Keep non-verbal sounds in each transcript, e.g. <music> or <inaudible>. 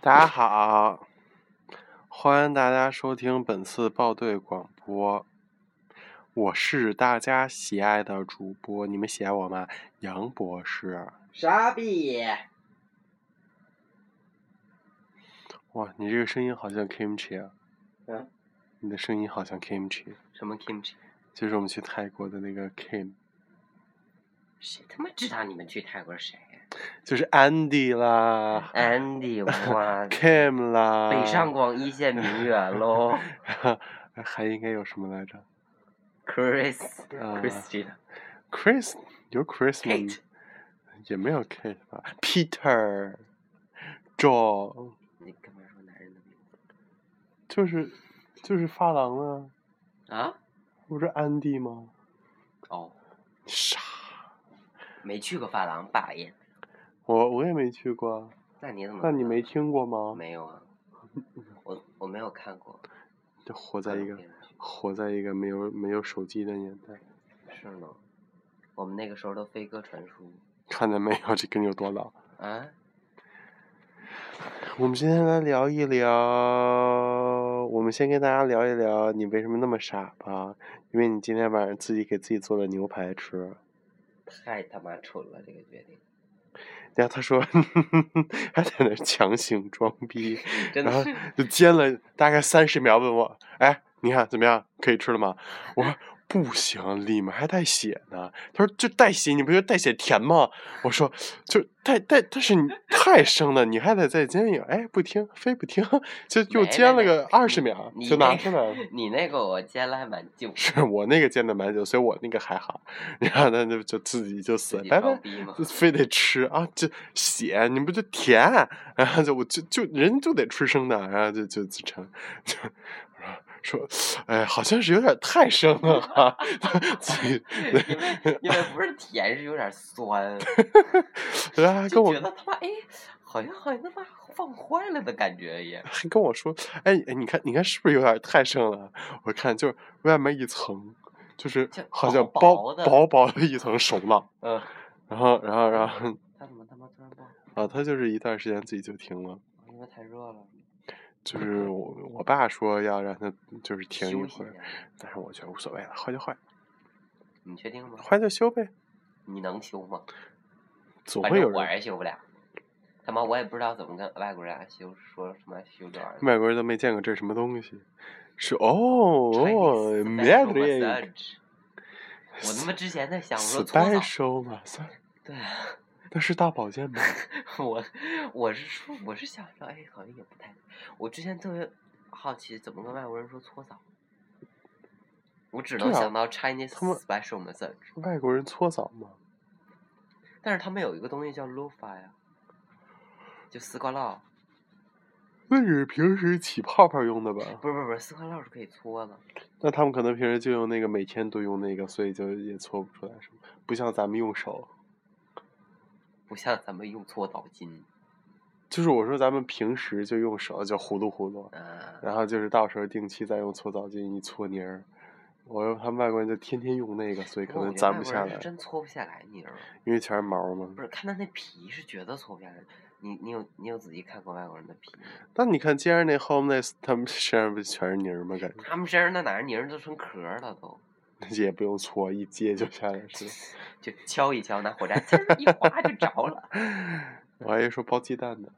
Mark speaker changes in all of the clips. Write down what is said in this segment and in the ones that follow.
Speaker 1: 大家好，欢迎大家收听本次报队广播，我是大家喜爱的主播，你们喜爱我吗？杨博士，
Speaker 2: 傻逼！
Speaker 1: 哇，你这个声音好像 Kimchi 啊！
Speaker 2: 嗯，
Speaker 1: 你的声音好像 Kimchi，
Speaker 2: 什么 kimchi？
Speaker 1: 就是我们去泰国的那个 Kim，
Speaker 2: 谁他妈知道你们去泰国是谁啊
Speaker 1: 就是 Andy 啦、 <laughs>
Speaker 2: ？Andy，我
Speaker 1: Kim 啦，
Speaker 2: 嗯北上广一线名媛喽
Speaker 1: <laughs> 还应该有什么来着？
Speaker 2: ，Chris，Chris
Speaker 1: 啊
Speaker 2: g i
Speaker 1: Chris 有 Chris 吗
Speaker 2: Kate
Speaker 1: 也没有 Kate 吧？Peter、Joe
Speaker 2: 你干嘛说男人的名字
Speaker 1: 就是就是发廊啊，
Speaker 2: 啊？
Speaker 1: 不是安迪吗？
Speaker 2: 哦，
Speaker 1: 傻，
Speaker 2: 没去过发廊，爸耶！
Speaker 1: 我我也没去过，啊
Speaker 2: 那你怎么？
Speaker 1: 那你没？听过吗？
Speaker 2: 没有啊，我我没有看过。
Speaker 1: 就活在一
Speaker 2: 可能
Speaker 1: 个
Speaker 2: 别人去
Speaker 1: 活在一个没有没有手机的年代，
Speaker 2: 是呢，我们那个时候都飞鸽传书
Speaker 1: 看见没有？这跟你有多老？
Speaker 2: 啊。
Speaker 1: 我们今天来聊一聊，我们先跟大家聊一聊你为什么那么傻吧？因为你今天晚上自己给自己做了牛排吃。
Speaker 2: 太他妈蠢了，这个决定
Speaker 1: 然后他说，还在那强行装逼，
Speaker 2: 真
Speaker 1: 然
Speaker 2: 的
Speaker 1: 后
Speaker 2: 是。
Speaker 1: 就煎了大概三十秒，问我，哎，你看怎么样？可以吃了吗？我说不行，里面还带血呢。他说就带血，你不觉得带血甜吗？我说就带带，但是你太生了，你还得再煎一个。哎，不听，非不听，就又
Speaker 2: 没
Speaker 1: 煎了
Speaker 2: 没没
Speaker 1: 个二十秒，
Speaker 2: 你
Speaker 1: 就拿
Speaker 2: 那
Speaker 1: 出来了。 <laughs>
Speaker 2: 个你那个我煎了还蛮久，
Speaker 1: 是我那个煎的蛮久，所以我那个还好。 <laughs> 然后他就就自己就死
Speaker 2: 自
Speaker 1: 了，
Speaker 2: 己
Speaker 1: 拜拜
Speaker 2: 装。逼嘛 <laughs>
Speaker 1: 就。 <laughs> 非得吃啊，这血你不就甜？然后就我就就人就得吃生的，然后就就就成就说哎，好像是有点太生了哈、 <laughs> 自己
Speaker 2: 因为因为不是甜，是有
Speaker 1: <laughs>
Speaker 2: 点酸，
Speaker 1: 然后还啊跟
Speaker 2: 就
Speaker 1: 我
Speaker 2: 觉得他妈哎，好像好像他妈放坏了的感觉也。
Speaker 1: 还跟我说，哎，哎你看你看是不是有点太生了？我看就是外面一层，就是
Speaker 2: 就
Speaker 1: 好像
Speaker 2: 薄
Speaker 1: 薄
Speaker 2: 薄的
Speaker 1: 薄薄的一层熟了，
Speaker 2: 嗯，
Speaker 1: 然后然后然后
Speaker 2: 他怎么他妈突然爆？
Speaker 1: 啊，他就是一段时间自己就停了。
Speaker 2: 因为太热了，
Speaker 1: 就是我我爸说要让他就是停一
Speaker 2: 休息
Speaker 1: 会儿
Speaker 2: 一，下。
Speaker 1: 但是我觉得无所谓了，坏就坏，
Speaker 2: 你确定吗？
Speaker 1: 坏就修呗，
Speaker 2: 你能修吗？
Speaker 1: 总
Speaker 2: 反
Speaker 1: 会有
Speaker 2: 正我
Speaker 1: 人。
Speaker 2: 是修不了。他妈我也不知道怎么跟外国人啊修说什么修这玩意儿。
Speaker 1: 外国人都没见过这是什么东西，是哦哦
Speaker 2: Chinese special
Speaker 1: ，magic
Speaker 2: massage 我他妈之前在想我说搓澡，
Speaker 1: special 嘛，算
Speaker 2: 对，
Speaker 1: 那是大保健吧？
Speaker 2: <laughs> 我我是说我是想着，哎，好像也不太。我之前特别好奇怎么跟外国人说搓澡，我只能
Speaker 1: 对啊
Speaker 2: 想到 Chinese
Speaker 1: 他们
Speaker 2: special massage，
Speaker 1: 外国人搓澡嘛，
Speaker 2: 但是他们有一个东西叫 lofa 呀，就丝瓜烙，
Speaker 1: 那只是平时起泡泡用的吧？
Speaker 2: 不是不是不是，丝瓜烙是可以搓的，
Speaker 1: 那他们可能平时就用那个，每天都用那个，所以就也搓不出来什么，不像咱们用手。
Speaker 2: 不像咱们用搓澡巾
Speaker 1: 就是我说咱们平时就用手，就糊噜糊噜。
Speaker 2: 啊。
Speaker 1: 然后就是到时候定期再用搓澡巾一搓泥儿。我说他们外国人就天天用那个，所以
Speaker 2: 不
Speaker 1: 可
Speaker 2: 过我
Speaker 1: 能
Speaker 2: 觉
Speaker 1: 攒
Speaker 2: 得外
Speaker 1: 不
Speaker 2: 国
Speaker 1: 下
Speaker 2: 人是
Speaker 1: 来，
Speaker 2: 真搓不下来，你知道吗？
Speaker 1: 因为全是毛嘛
Speaker 2: 不。是看他那皮是觉得搓不下来的。你你有你有仔细看过外国人的皮吗？
Speaker 1: 但你看街上那 homeless，他们 <laughs> 身上不就全是泥儿吗？感
Speaker 2: 他们身上那哪是泥儿，都成壳儿了都。
Speaker 1: 觉也不用搓，一揭就下来是吧。
Speaker 2: 就敲一敲，拿
Speaker 1: <laughs>
Speaker 2: 火柴呲儿一划就着了。
Speaker 1: 我还以为说包鸡蛋呢，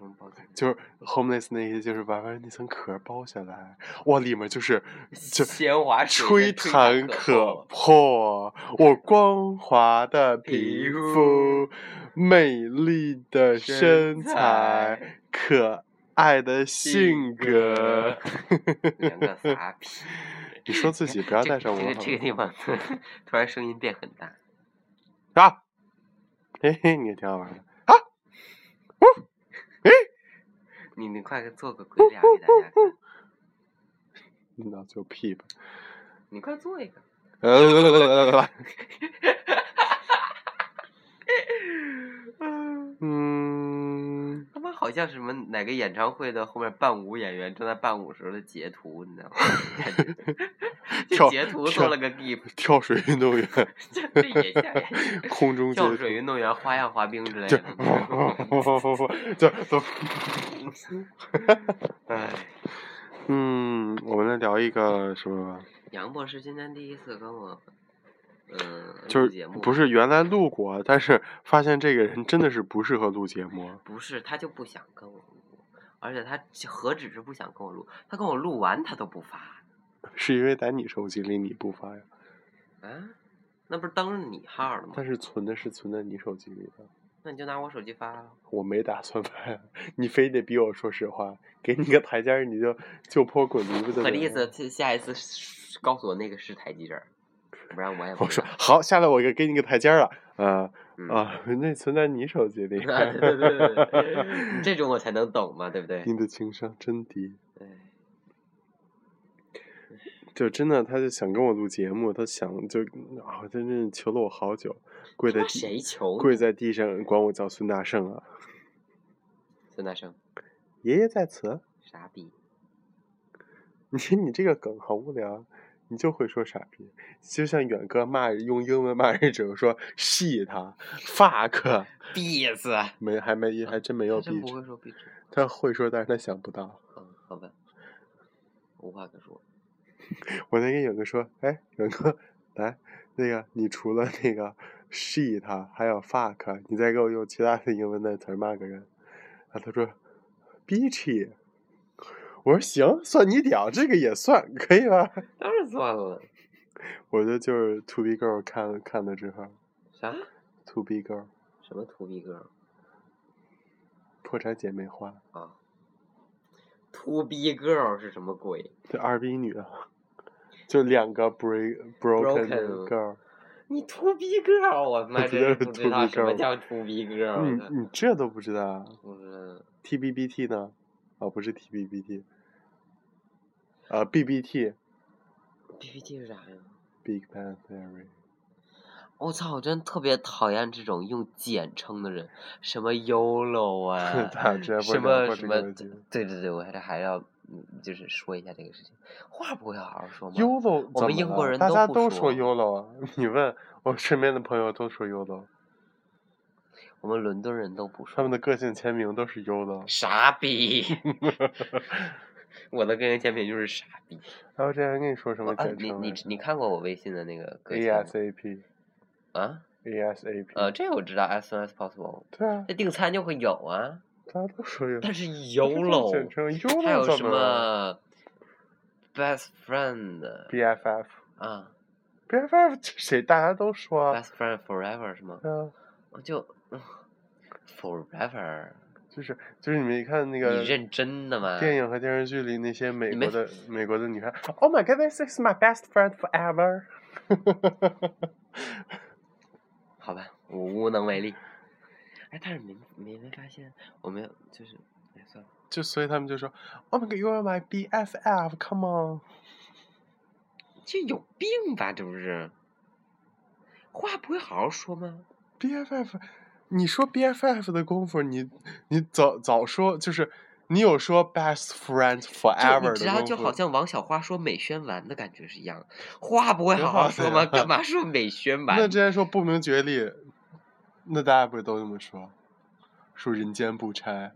Speaker 2: 嗯，抱歉
Speaker 1: 就是 homeless 那些，就是把外那层壳剥下来，哇，里面
Speaker 2: <laughs>
Speaker 1: 就是就
Speaker 2: 鲜滑
Speaker 1: 吹弹可
Speaker 2: 破，
Speaker 1: 破，我光滑的皮
Speaker 2: 皮
Speaker 1: 肤
Speaker 2: 肤，
Speaker 1: 美丽的身
Speaker 2: 身 <laughs>
Speaker 1: 材
Speaker 2: 材，
Speaker 1: 可爱的性格。
Speaker 2: 两
Speaker 1: <laughs>
Speaker 2: 个傻逼。
Speaker 1: 你说自己不要
Speaker 2: 这
Speaker 1: 带上我
Speaker 2: 这个
Speaker 1: 好
Speaker 2: 这个地方突然声音变很大，
Speaker 1: 啊，嘿嘿，你也挺好玩的。
Speaker 2: 你你快做个
Speaker 1: <laughs>
Speaker 2: 鬼脸给大家看，
Speaker 1: 你脑子有屁吧？
Speaker 2: 你快做一个。
Speaker 1: 嗯，嗯
Speaker 2: 他妈好好像什么哪个演唱会的后面伴舞演员正在伴舞时候的截图，你知
Speaker 1: <laughs>
Speaker 2: 道吗？就
Speaker 1: 跳
Speaker 2: 截图
Speaker 1: 跳
Speaker 2: 做了个 gif，
Speaker 1: 跳水运动员，
Speaker 2: 这这也 <laughs> 像呀
Speaker 1: 空中
Speaker 2: 跳
Speaker 1: 接
Speaker 2: 水运动员、花样滑冰之类
Speaker 1: 就
Speaker 2: 的。
Speaker 1: 就都，
Speaker 2: 哎，
Speaker 1: 嗯，我们来聊一个什么吧，
Speaker 2: 杨博士今天第一次跟我，嗯、呃，
Speaker 1: 就
Speaker 2: 录
Speaker 1: 是
Speaker 2: 节目
Speaker 1: 不是原来录过，但是发现这个人真的是不适合录节目，
Speaker 2: 不是，他就不想跟我录，而且他何止是不想跟我录，他跟我录完他都不发
Speaker 1: 是因为在你手机里你不发呀，
Speaker 2: 啊，那不是登着你号了吗
Speaker 1: 但？是存的是存在你手机里的，
Speaker 2: 那你就拿我手机发啊。
Speaker 1: 我没打算发呀， <laughs> 你非得逼我说实话，给你个台阶儿你就就坡滚驴不就
Speaker 2: 可
Speaker 1: 得
Speaker 2: 的意
Speaker 1: 了
Speaker 2: 思，他下一次是告诉我那个是台阶儿，不然我也
Speaker 1: 我
Speaker 2: 不知
Speaker 1: 说
Speaker 2: 道。
Speaker 1: 好，下来我给给你个台阶儿了，啊、
Speaker 2: 嗯
Speaker 1: 啊，那存在你手机里，
Speaker 2: 啊 <laughs> 对对对对对，这种我才能懂嘛，对不对？
Speaker 1: 你的情商真低。
Speaker 2: 对，
Speaker 1: 就真的，他就想跟我录节目，他想就啊，真真求了我好久，跪在
Speaker 2: 那
Speaker 1: 地
Speaker 2: 谁求
Speaker 1: 跪
Speaker 2: 你？
Speaker 1: 在地上管我叫孙大圣啊，
Speaker 2: 孙大圣，
Speaker 1: 爷爷在此。
Speaker 2: 傻逼，
Speaker 1: 你你这个梗好无聊，啊你就会说傻逼，就像远哥骂用英文骂人，只能说 she 他 fuck，
Speaker 2: 逼死！
Speaker 1: 没还没还真没有
Speaker 2: 他
Speaker 1: 壁
Speaker 2: 啊真不
Speaker 1: 纸，
Speaker 2: 会说壁纸。
Speaker 1: 他会说，但是他想不到。
Speaker 2: 嗯，好吧，无话可说。
Speaker 1: 我那跟远哥说，哎，远哥，来，那个你除了那个 she 他，还有 fuck，你再给我用其他的英文单词儿骂个人。啊，他说 bitchy，我说行，算你屌，这个也算可以吧？ <laughs>
Speaker 2: 当然算了，
Speaker 1: 我觉得就是 to b girl 看看了之后
Speaker 2: 啥
Speaker 1: ，to b girl
Speaker 2: 什么图逼哥
Speaker 1: 破产姐妹花，
Speaker 2: 啊？图逼 girl 是什么鬼？
Speaker 1: 这二逼女啊， <laughs> 就两个 break broken
Speaker 2: Broken
Speaker 1: girl，
Speaker 2: 你图逼 girl，我他妈
Speaker 1: 这
Speaker 2: 真是
Speaker 1: 就是
Speaker 2: 不知
Speaker 1: to
Speaker 2: 道
Speaker 1: be
Speaker 2: 什么
Speaker 1: girl
Speaker 2: 叫图逼 girl
Speaker 1: 你
Speaker 2: 呢。
Speaker 1: 嗯你这都不知道啊？
Speaker 2: 我嗯，
Speaker 1: T B B T 呢？啊、不是 T B B T，啊、b B T，Big
Speaker 2: PPT 是啥呀？
Speaker 1: Bang Theory。，
Speaker 2: 我操！我真特别讨厌这种用简称的人，什么 YOLO <laughs>
Speaker 1: <laughs>
Speaker 2: 啊
Speaker 1: 咱直接
Speaker 2: 什
Speaker 1: 不聊
Speaker 2: 么
Speaker 1: 过
Speaker 2: 什
Speaker 1: 这
Speaker 2: 么
Speaker 1: 个问题，
Speaker 2: 对对对，我还是还要嗯就是说一下这个事情，话不会好好说吗？
Speaker 1: ？Yolo，
Speaker 2: 我
Speaker 1: 怎
Speaker 2: 们
Speaker 1: 么
Speaker 2: 英国
Speaker 1: 了
Speaker 2: 人
Speaker 1: 大
Speaker 2: 都
Speaker 1: 家
Speaker 2: 不
Speaker 1: 都说
Speaker 2: 说
Speaker 1: Yolo 啊。 <laughs> 你问我身边的朋友都说 Yolo，
Speaker 2: 我们伦敦人都不说
Speaker 1: 他们的个性签名都是 Yolo。
Speaker 2: 傻逼， <laughs> 我的个人签名就是傻逼。
Speaker 1: 还有之前跟你说什
Speaker 2: 我
Speaker 1: 么
Speaker 2: 啊
Speaker 1: 简
Speaker 2: 你
Speaker 1: 称来
Speaker 2: 你
Speaker 1: 着
Speaker 2: 你看过我微信的那个歌单吗
Speaker 1: ？ASAP。
Speaker 2: 啊？
Speaker 1: ASAP，、
Speaker 2: 呃，这个我知道，as soon as possible，
Speaker 1: 对啊
Speaker 2: 那，订餐就会有啊，
Speaker 1: 大家都说 Yolo，<laughs>
Speaker 2: 但是
Speaker 1: 不是这
Speaker 2: YOLO。
Speaker 1: 简称
Speaker 2: 还
Speaker 1: Yolo
Speaker 2: 有
Speaker 1: 怎
Speaker 2: 什
Speaker 1: 么了
Speaker 2: 么 best friend
Speaker 1: ？BFF，BFF
Speaker 2: 啊
Speaker 1: 谁大家都说啊，
Speaker 2: ，best friend forever 是吗？
Speaker 1: 对啊，
Speaker 2: 我就嗯 forever，
Speaker 1: 就是就是你们一看那个
Speaker 2: 你认真的吗？
Speaker 1: 电影和电视剧里那些美国
Speaker 2: 没
Speaker 1: 的美国的女孩，Oh my God, this is my best friend forever <laughs>
Speaker 2: 好吧，我无能为力。哎，但是没没没发现，我没有，就是哎算了，
Speaker 1: 就所以他们就说，Oh my God, you are my BFF, come on。
Speaker 2: 这有病吧？这不是话不会好好说吗？
Speaker 1: BFF，你说 BFF 的功夫，你你早早说，就是你有说 best friend
Speaker 2: 就
Speaker 1: forever
Speaker 2: 你知
Speaker 1: 的
Speaker 2: 道，
Speaker 1: 功夫，
Speaker 2: 就好像王小花说美宣丸的感觉是一样的，话不会
Speaker 1: 没
Speaker 2: 好
Speaker 1: 话
Speaker 2: 好说
Speaker 1: 对
Speaker 2: 吗？
Speaker 1: 啊 <laughs>
Speaker 2: 干嘛说美宣丸？
Speaker 1: 那之前说不明觉厉，那大家不是都这么说，说人间不拆。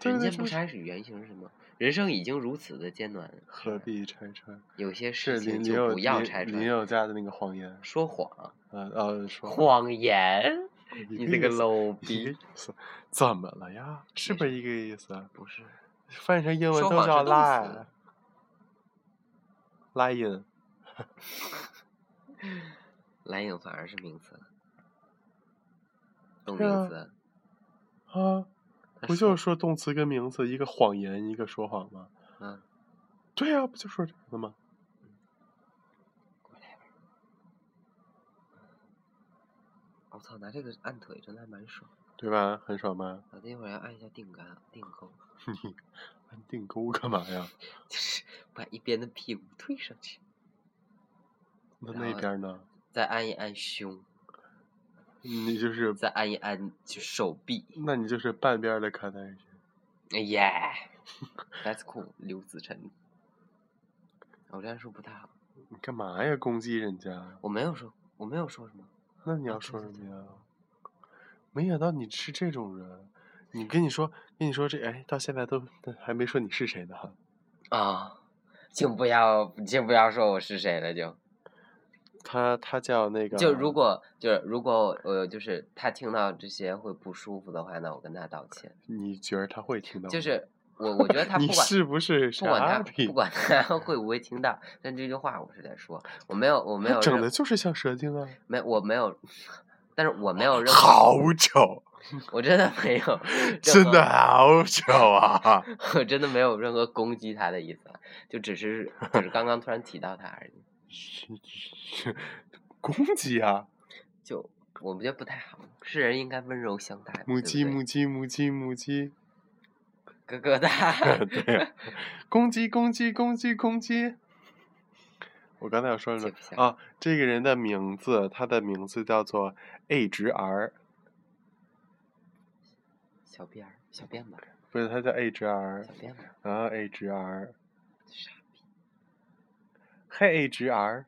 Speaker 1: 对
Speaker 2: 人
Speaker 1: 对
Speaker 2: 间不
Speaker 1: 就是
Speaker 2: 拆是原型是什么？人生已经如此的艰难，
Speaker 1: 何必拆穿？
Speaker 2: 有些
Speaker 1: 是
Speaker 2: 事
Speaker 1: 林林
Speaker 2: 情就
Speaker 1: 宥
Speaker 2: 不要
Speaker 1: 林
Speaker 2: 拆
Speaker 1: 林
Speaker 2: 穿。
Speaker 1: 宥嘉的那个谎言，
Speaker 2: 说谎，
Speaker 1: 呃呃，说
Speaker 2: 谎言，
Speaker 1: 一
Speaker 2: 你
Speaker 1: 个
Speaker 2: 这个
Speaker 1: 意思
Speaker 2: low
Speaker 1: 一个
Speaker 2: 逼
Speaker 1: 意！思，怎么了呀？是
Speaker 2: 没
Speaker 1: 不是
Speaker 2: 事
Speaker 1: 一个意思？啊
Speaker 2: 不是，
Speaker 1: 翻译成英文
Speaker 2: 说
Speaker 1: 都
Speaker 2: 谎
Speaker 1: 叫
Speaker 2: 是动词
Speaker 1: lie lying，
Speaker 2: 蓝影反而是名词，动
Speaker 1: 是啊
Speaker 2: 名词。
Speaker 1: 啊，
Speaker 2: 那
Speaker 1: 不
Speaker 2: 说
Speaker 1: 就是说动词跟名词，一个谎言，一个说谎吗？
Speaker 2: 嗯，
Speaker 1: 对呀、不就说这个吗？
Speaker 2: 我操，拿这个按腿真的还蛮爽。
Speaker 1: 对吧？很爽吧？
Speaker 2: 我那会儿要按一下定杆定钩，
Speaker 1: 你按腚沟干嘛呀？
Speaker 2: 就是把一边的屁股推上去，
Speaker 1: 那
Speaker 2: 然
Speaker 1: 那
Speaker 2: 后
Speaker 1: 边呢？
Speaker 2: 再按一按胸，
Speaker 1: 你就是，
Speaker 2: 再按一按就手臂，
Speaker 1: 那你就是半边儿的卡戴珊。
Speaker 2: 哎呀，That's cool，刘子晨。我这样说不太好，
Speaker 1: 你干嘛呀？攻击人家？
Speaker 2: 我没有说，我没有说什么。
Speaker 1: 那你
Speaker 2: 啊
Speaker 1: 要
Speaker 2: 对
Speaker 1: 说什
Speaker 2: 对
Speaker 1: 么呀？没想到你是这种人。你跟你说，跟你说这，哎，到现在都还没说你是谁呢哈。
Speaker 2: 啊，请不要，请不要说我是谁了就，
Speaker 1: 他他叫那个，
Speaker 2: 就如果就是如果我就是他听到这些会不舒服的话，那我跟他道歉。
Speaker 1: 你觉得他会听到吗，
Speaker 2: 就是我我
Speaker 1: <laughs>
Speaker 2: 觉得他不
Speaker 1: 你
Speaker 2: 管
Speaker 1: 是不是
Speaker 2: 不管
Speaker 1: 傻
Speaker 2: 他
Speaker 1: 逼
Speaker 2: 不？管他会不会听到，但这句话我是在说，我没有我没
Speaker 1: 他
Speaker 2: 有
Speaker 1: 整
Speaker 2: 任
Speaker 1: 的就是像蛇精啊，
Speaker 2: 没我没有，但是我没有任何，
Speaker 1: 好丑，
Speaker 2: 我真的没有任
Speaker 1: 真
Speaker 2: 何
Speaker 1: 的好丑啊！
Speaker 2: 我真的没有任何攻击他的意思啊，就只是只是刚刚突然提到他而已，
Speaker 1: 攻击啊！
Speaker 2: 就我觉得不太好，世人应该温柔相待嘛。
Speaker 1: 母
Speaker 2: 对不
Speaker 1: 鸡，
Speaker 2: 对
Speaker 1: 母鸡，母鸡，母
Speaker 2: <laughs>
Speaker 1: 鸡，，
Speaker 2: 咯咯哒
Speaker 1: <laughs> 对啊，公鸡，公鸡，公鸡，公鸡。我刚才有说什
Speaker 2: 记
Speaker 1: 么
Speaker 2: 不下
Speaker 1: 啊？这个人的名字，他的名字叫做 A 直 R，
Speaker 2: 小辫儿，小辫吧，
Speaker 1: 不是，他叫 A 直 R，
Speaker 2: 小辫吧，
Speaker 1: 然后 A 直 R，
Speaker 2: 傻逼，
Speaker 1: 嘿 A 直 R，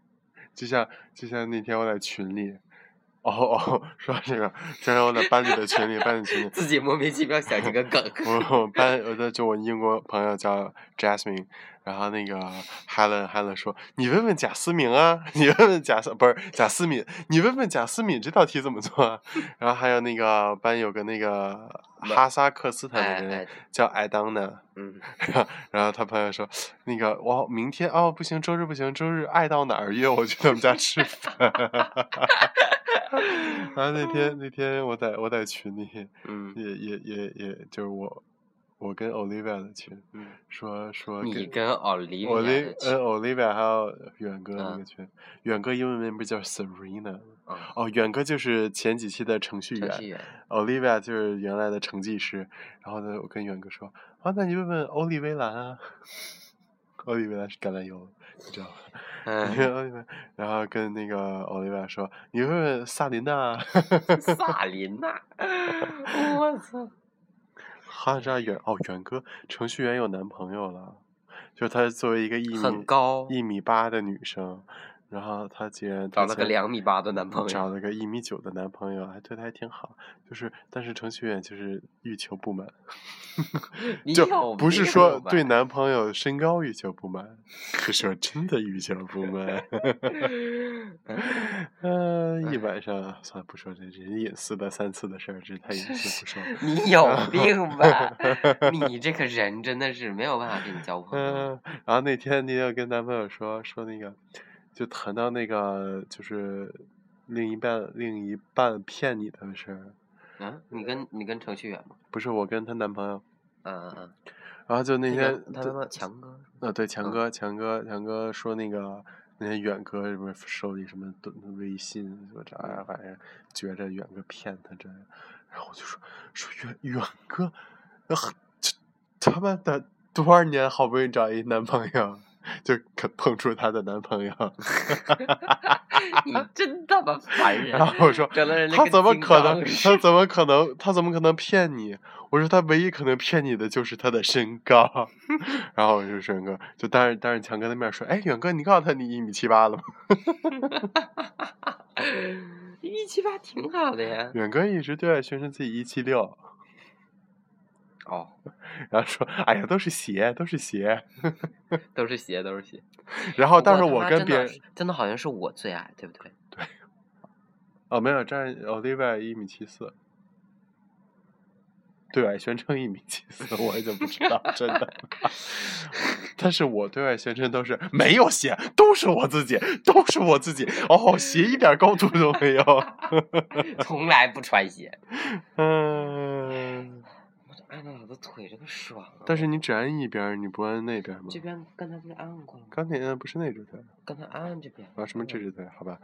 Speaker 1: 就像就像那天我在群里，哦哦，说到这个，之前我在班里的群里，班里群里，
Speaker 2: 自己莫名其妙想起个
Speaker 1: <laughs>
Speaker 2: 梗，
Speaker 1: 我我班我的就我英国朋友叫 Jasmine，然后那个 Helen Helen 说：“你问问贾思明啊， <laughs> 你问问贾思不是贾思敏，你问问贾思敏这道题怎么做
Speaker 2: <laughs>
Speaker 1: 啊？”然后还有那个班有个那个
Speaker 2: 那
Speaker 1: 哈萨克斯坦
Speaker 2: 哎
Speaker 1: 的人
Speaker 2: 哎，
Speaker 1: 叫艾当娜，
Speaker 2: 嗯，
Speaker 1: 然后他朋友说：“那个我明天哦不行，周日不行，周日爱到哪儿约我去他们家吃
Speaker 2: <laughs>
Speaker 1: 饭。” <laughs> 然后那天那天我在我在群里。
Speaker 2: 嗯
Speaker 1: 也也也也就是我，我跟 Olivia 的群
Speaker 2: 嗯，
Speaker 1: 说说
Speaker 2: 你
Speaker 1: 跟
Speaker 2: 跟奥利
Speaker 1: 我那
Speaker 2: 维亚的
Speaker 1: 呃
Speaker 2: 群
Speaker 1: Olivia 还有远哥那
Speaker 2: 嗯
Speaker 1: 个群，远哥英文名不是叫 Serena
Speaker 2: 啊，
Speaker 1: 哦，远哥就是前几期的程序
Speaker 2: 嗯程序
Speaker 1: 员
Speaker 2: 员，
Speaker 1: ，Olivia 就是原来的成绩师。然后呢，我跟远哥说啊，那你问问欧丽薇兰啊， <laughs> 欧丽薇兰是橄榄油，你知道吗？ <laughs>
Speaker 2: 嗯，
Speaker 1: 欧丽薇，然后跟那个 Olivia 说，你问问萨琳娜。啊
Speaker 2: 萨琳娜，我操，
Speaker 1: 哈扎远哦，远哥，程序员有男朋友了，就她作为一个一
Speaker 2: 很
Speaker 1: 米
Speaker 2: 高，
Speaker 1: 一米八的女生，然后她竟然
Speaker 2: 找
Speaker 1: 她
Speaker 2: 了
Speaker 1: 竟
Speaker 2: 个
Speaker 1: 然
Speaker 2: 两米八的男朋
Speaker 1: 找
Speaker 2: 友，
Speaker 1: 了个一米九的男朋友，还对她还挺好，就是但是程序员就是欲求不满，
Speaker 2: 你有
Speaker 1: 就不是
Speaker 2: 病
Speaker 1: 说
Speaker 2: 吧
Speaker 1: 对男朋友身高欲求不满，是说真的欲求不
Speaker 2: <laughs>
Speaker 1: 满。嗯，一晚上啊算了，不说这这隐私的三次的事儿，这太隐私不说了。<laughs>
Speaker 2: 你有病吧？你这个人真的是没有办法跟你交朋友。
Speaker 1: 嗯，然后那天那天我跟男朋友说说那个，就谈到那个就是另一半另一半骗你的事儿，
Speaker 2: 啊，你跟你跟程序员吗？
Speaker 1: 不是我跟她男朋友，
Speaker 2: 啊啊啊！
Speaker 1: 然后就那
Speaker 2: 那
Speaker 1: 天
Speaker 2: 个他
Speaker 1: 就
Speaker 2: 们
Speaker 1: <laughs>
Speaker 2: 说强哥
Speaker 1: 呃对强
Speaker 2: 嗯
Speaker 1: 哥强哥强哥说那个那天远哥什么手里什么都微信说啥呀，反正觉着远哥骗他这，然后我就说说远远哥，呃这他妈的多少年好不容易找一男朋友。就可碰出她的男朋友，
Speaker 2: 你真他妈烦人！
Speaker 1: 然后我说
Speaker 2: 整的人家
Speaker 1: 他
Speaker 2: 跟
Speaker 1: 怎么
Speaker 2: 金
Speaker 1: 可能？
Speaker 2: 刚
Speaker 1: 他
Speaker 2: 似的
Speaker 1: 怎么可能？他怎么可能骗你？我说他唯一可能骗你的就是他的身高。 <laughs> 然后我就说远哥，就当着当着强哥的面说，哎，远哥，你告诉他你一米七八了吗？
Speaker 2: <laughs> 一七八挺好的呀。
Speaker 1: 远哥一直对外宣称自己一七六，
Speaker 2: 哦，
Speaker 1: 然后说，哎呀，都是鞋，都是鞋。
Speaker 2: 都是鞋，都是鞋。
Speaker 1: 然后哦但是
Speaker 2: 他
Speaker 1: 我
Speaker 2: 妈
Speaker 1: 跟
Speaker 2: 真
Speaker 1: 别
Speaker 2: 的
Speaker 1: 人
Speaker 2: 是真的好像是我最矮，对不对？
Speaker 1: 哦，没有，这样 Olivia 一米七四，对外宣称一米七四，我已经不知道真的。 <laughs> 但是我对外宣称都是没有鞋，都是我自己，都是我自己。哦，鞋一点高度都没有。
Speaker 2: <laughs>
Speaker 1: <laughs>
Speaker 2: 从来不穿鞋。
Speaker 1: 嗯，
Speaker 2: <laughs> 我就按到我的腿，这个爽啊！
Speaker 1: 但是你只按一边儿，你不按那边儿吗
Speaker 2: 这？边刚才不是按过了吗？
Speaker 1: 刚才按不是那只腿
Speaker 2: 刚才按这边。
Speaker 1: 啊，什么这只腿？好吧。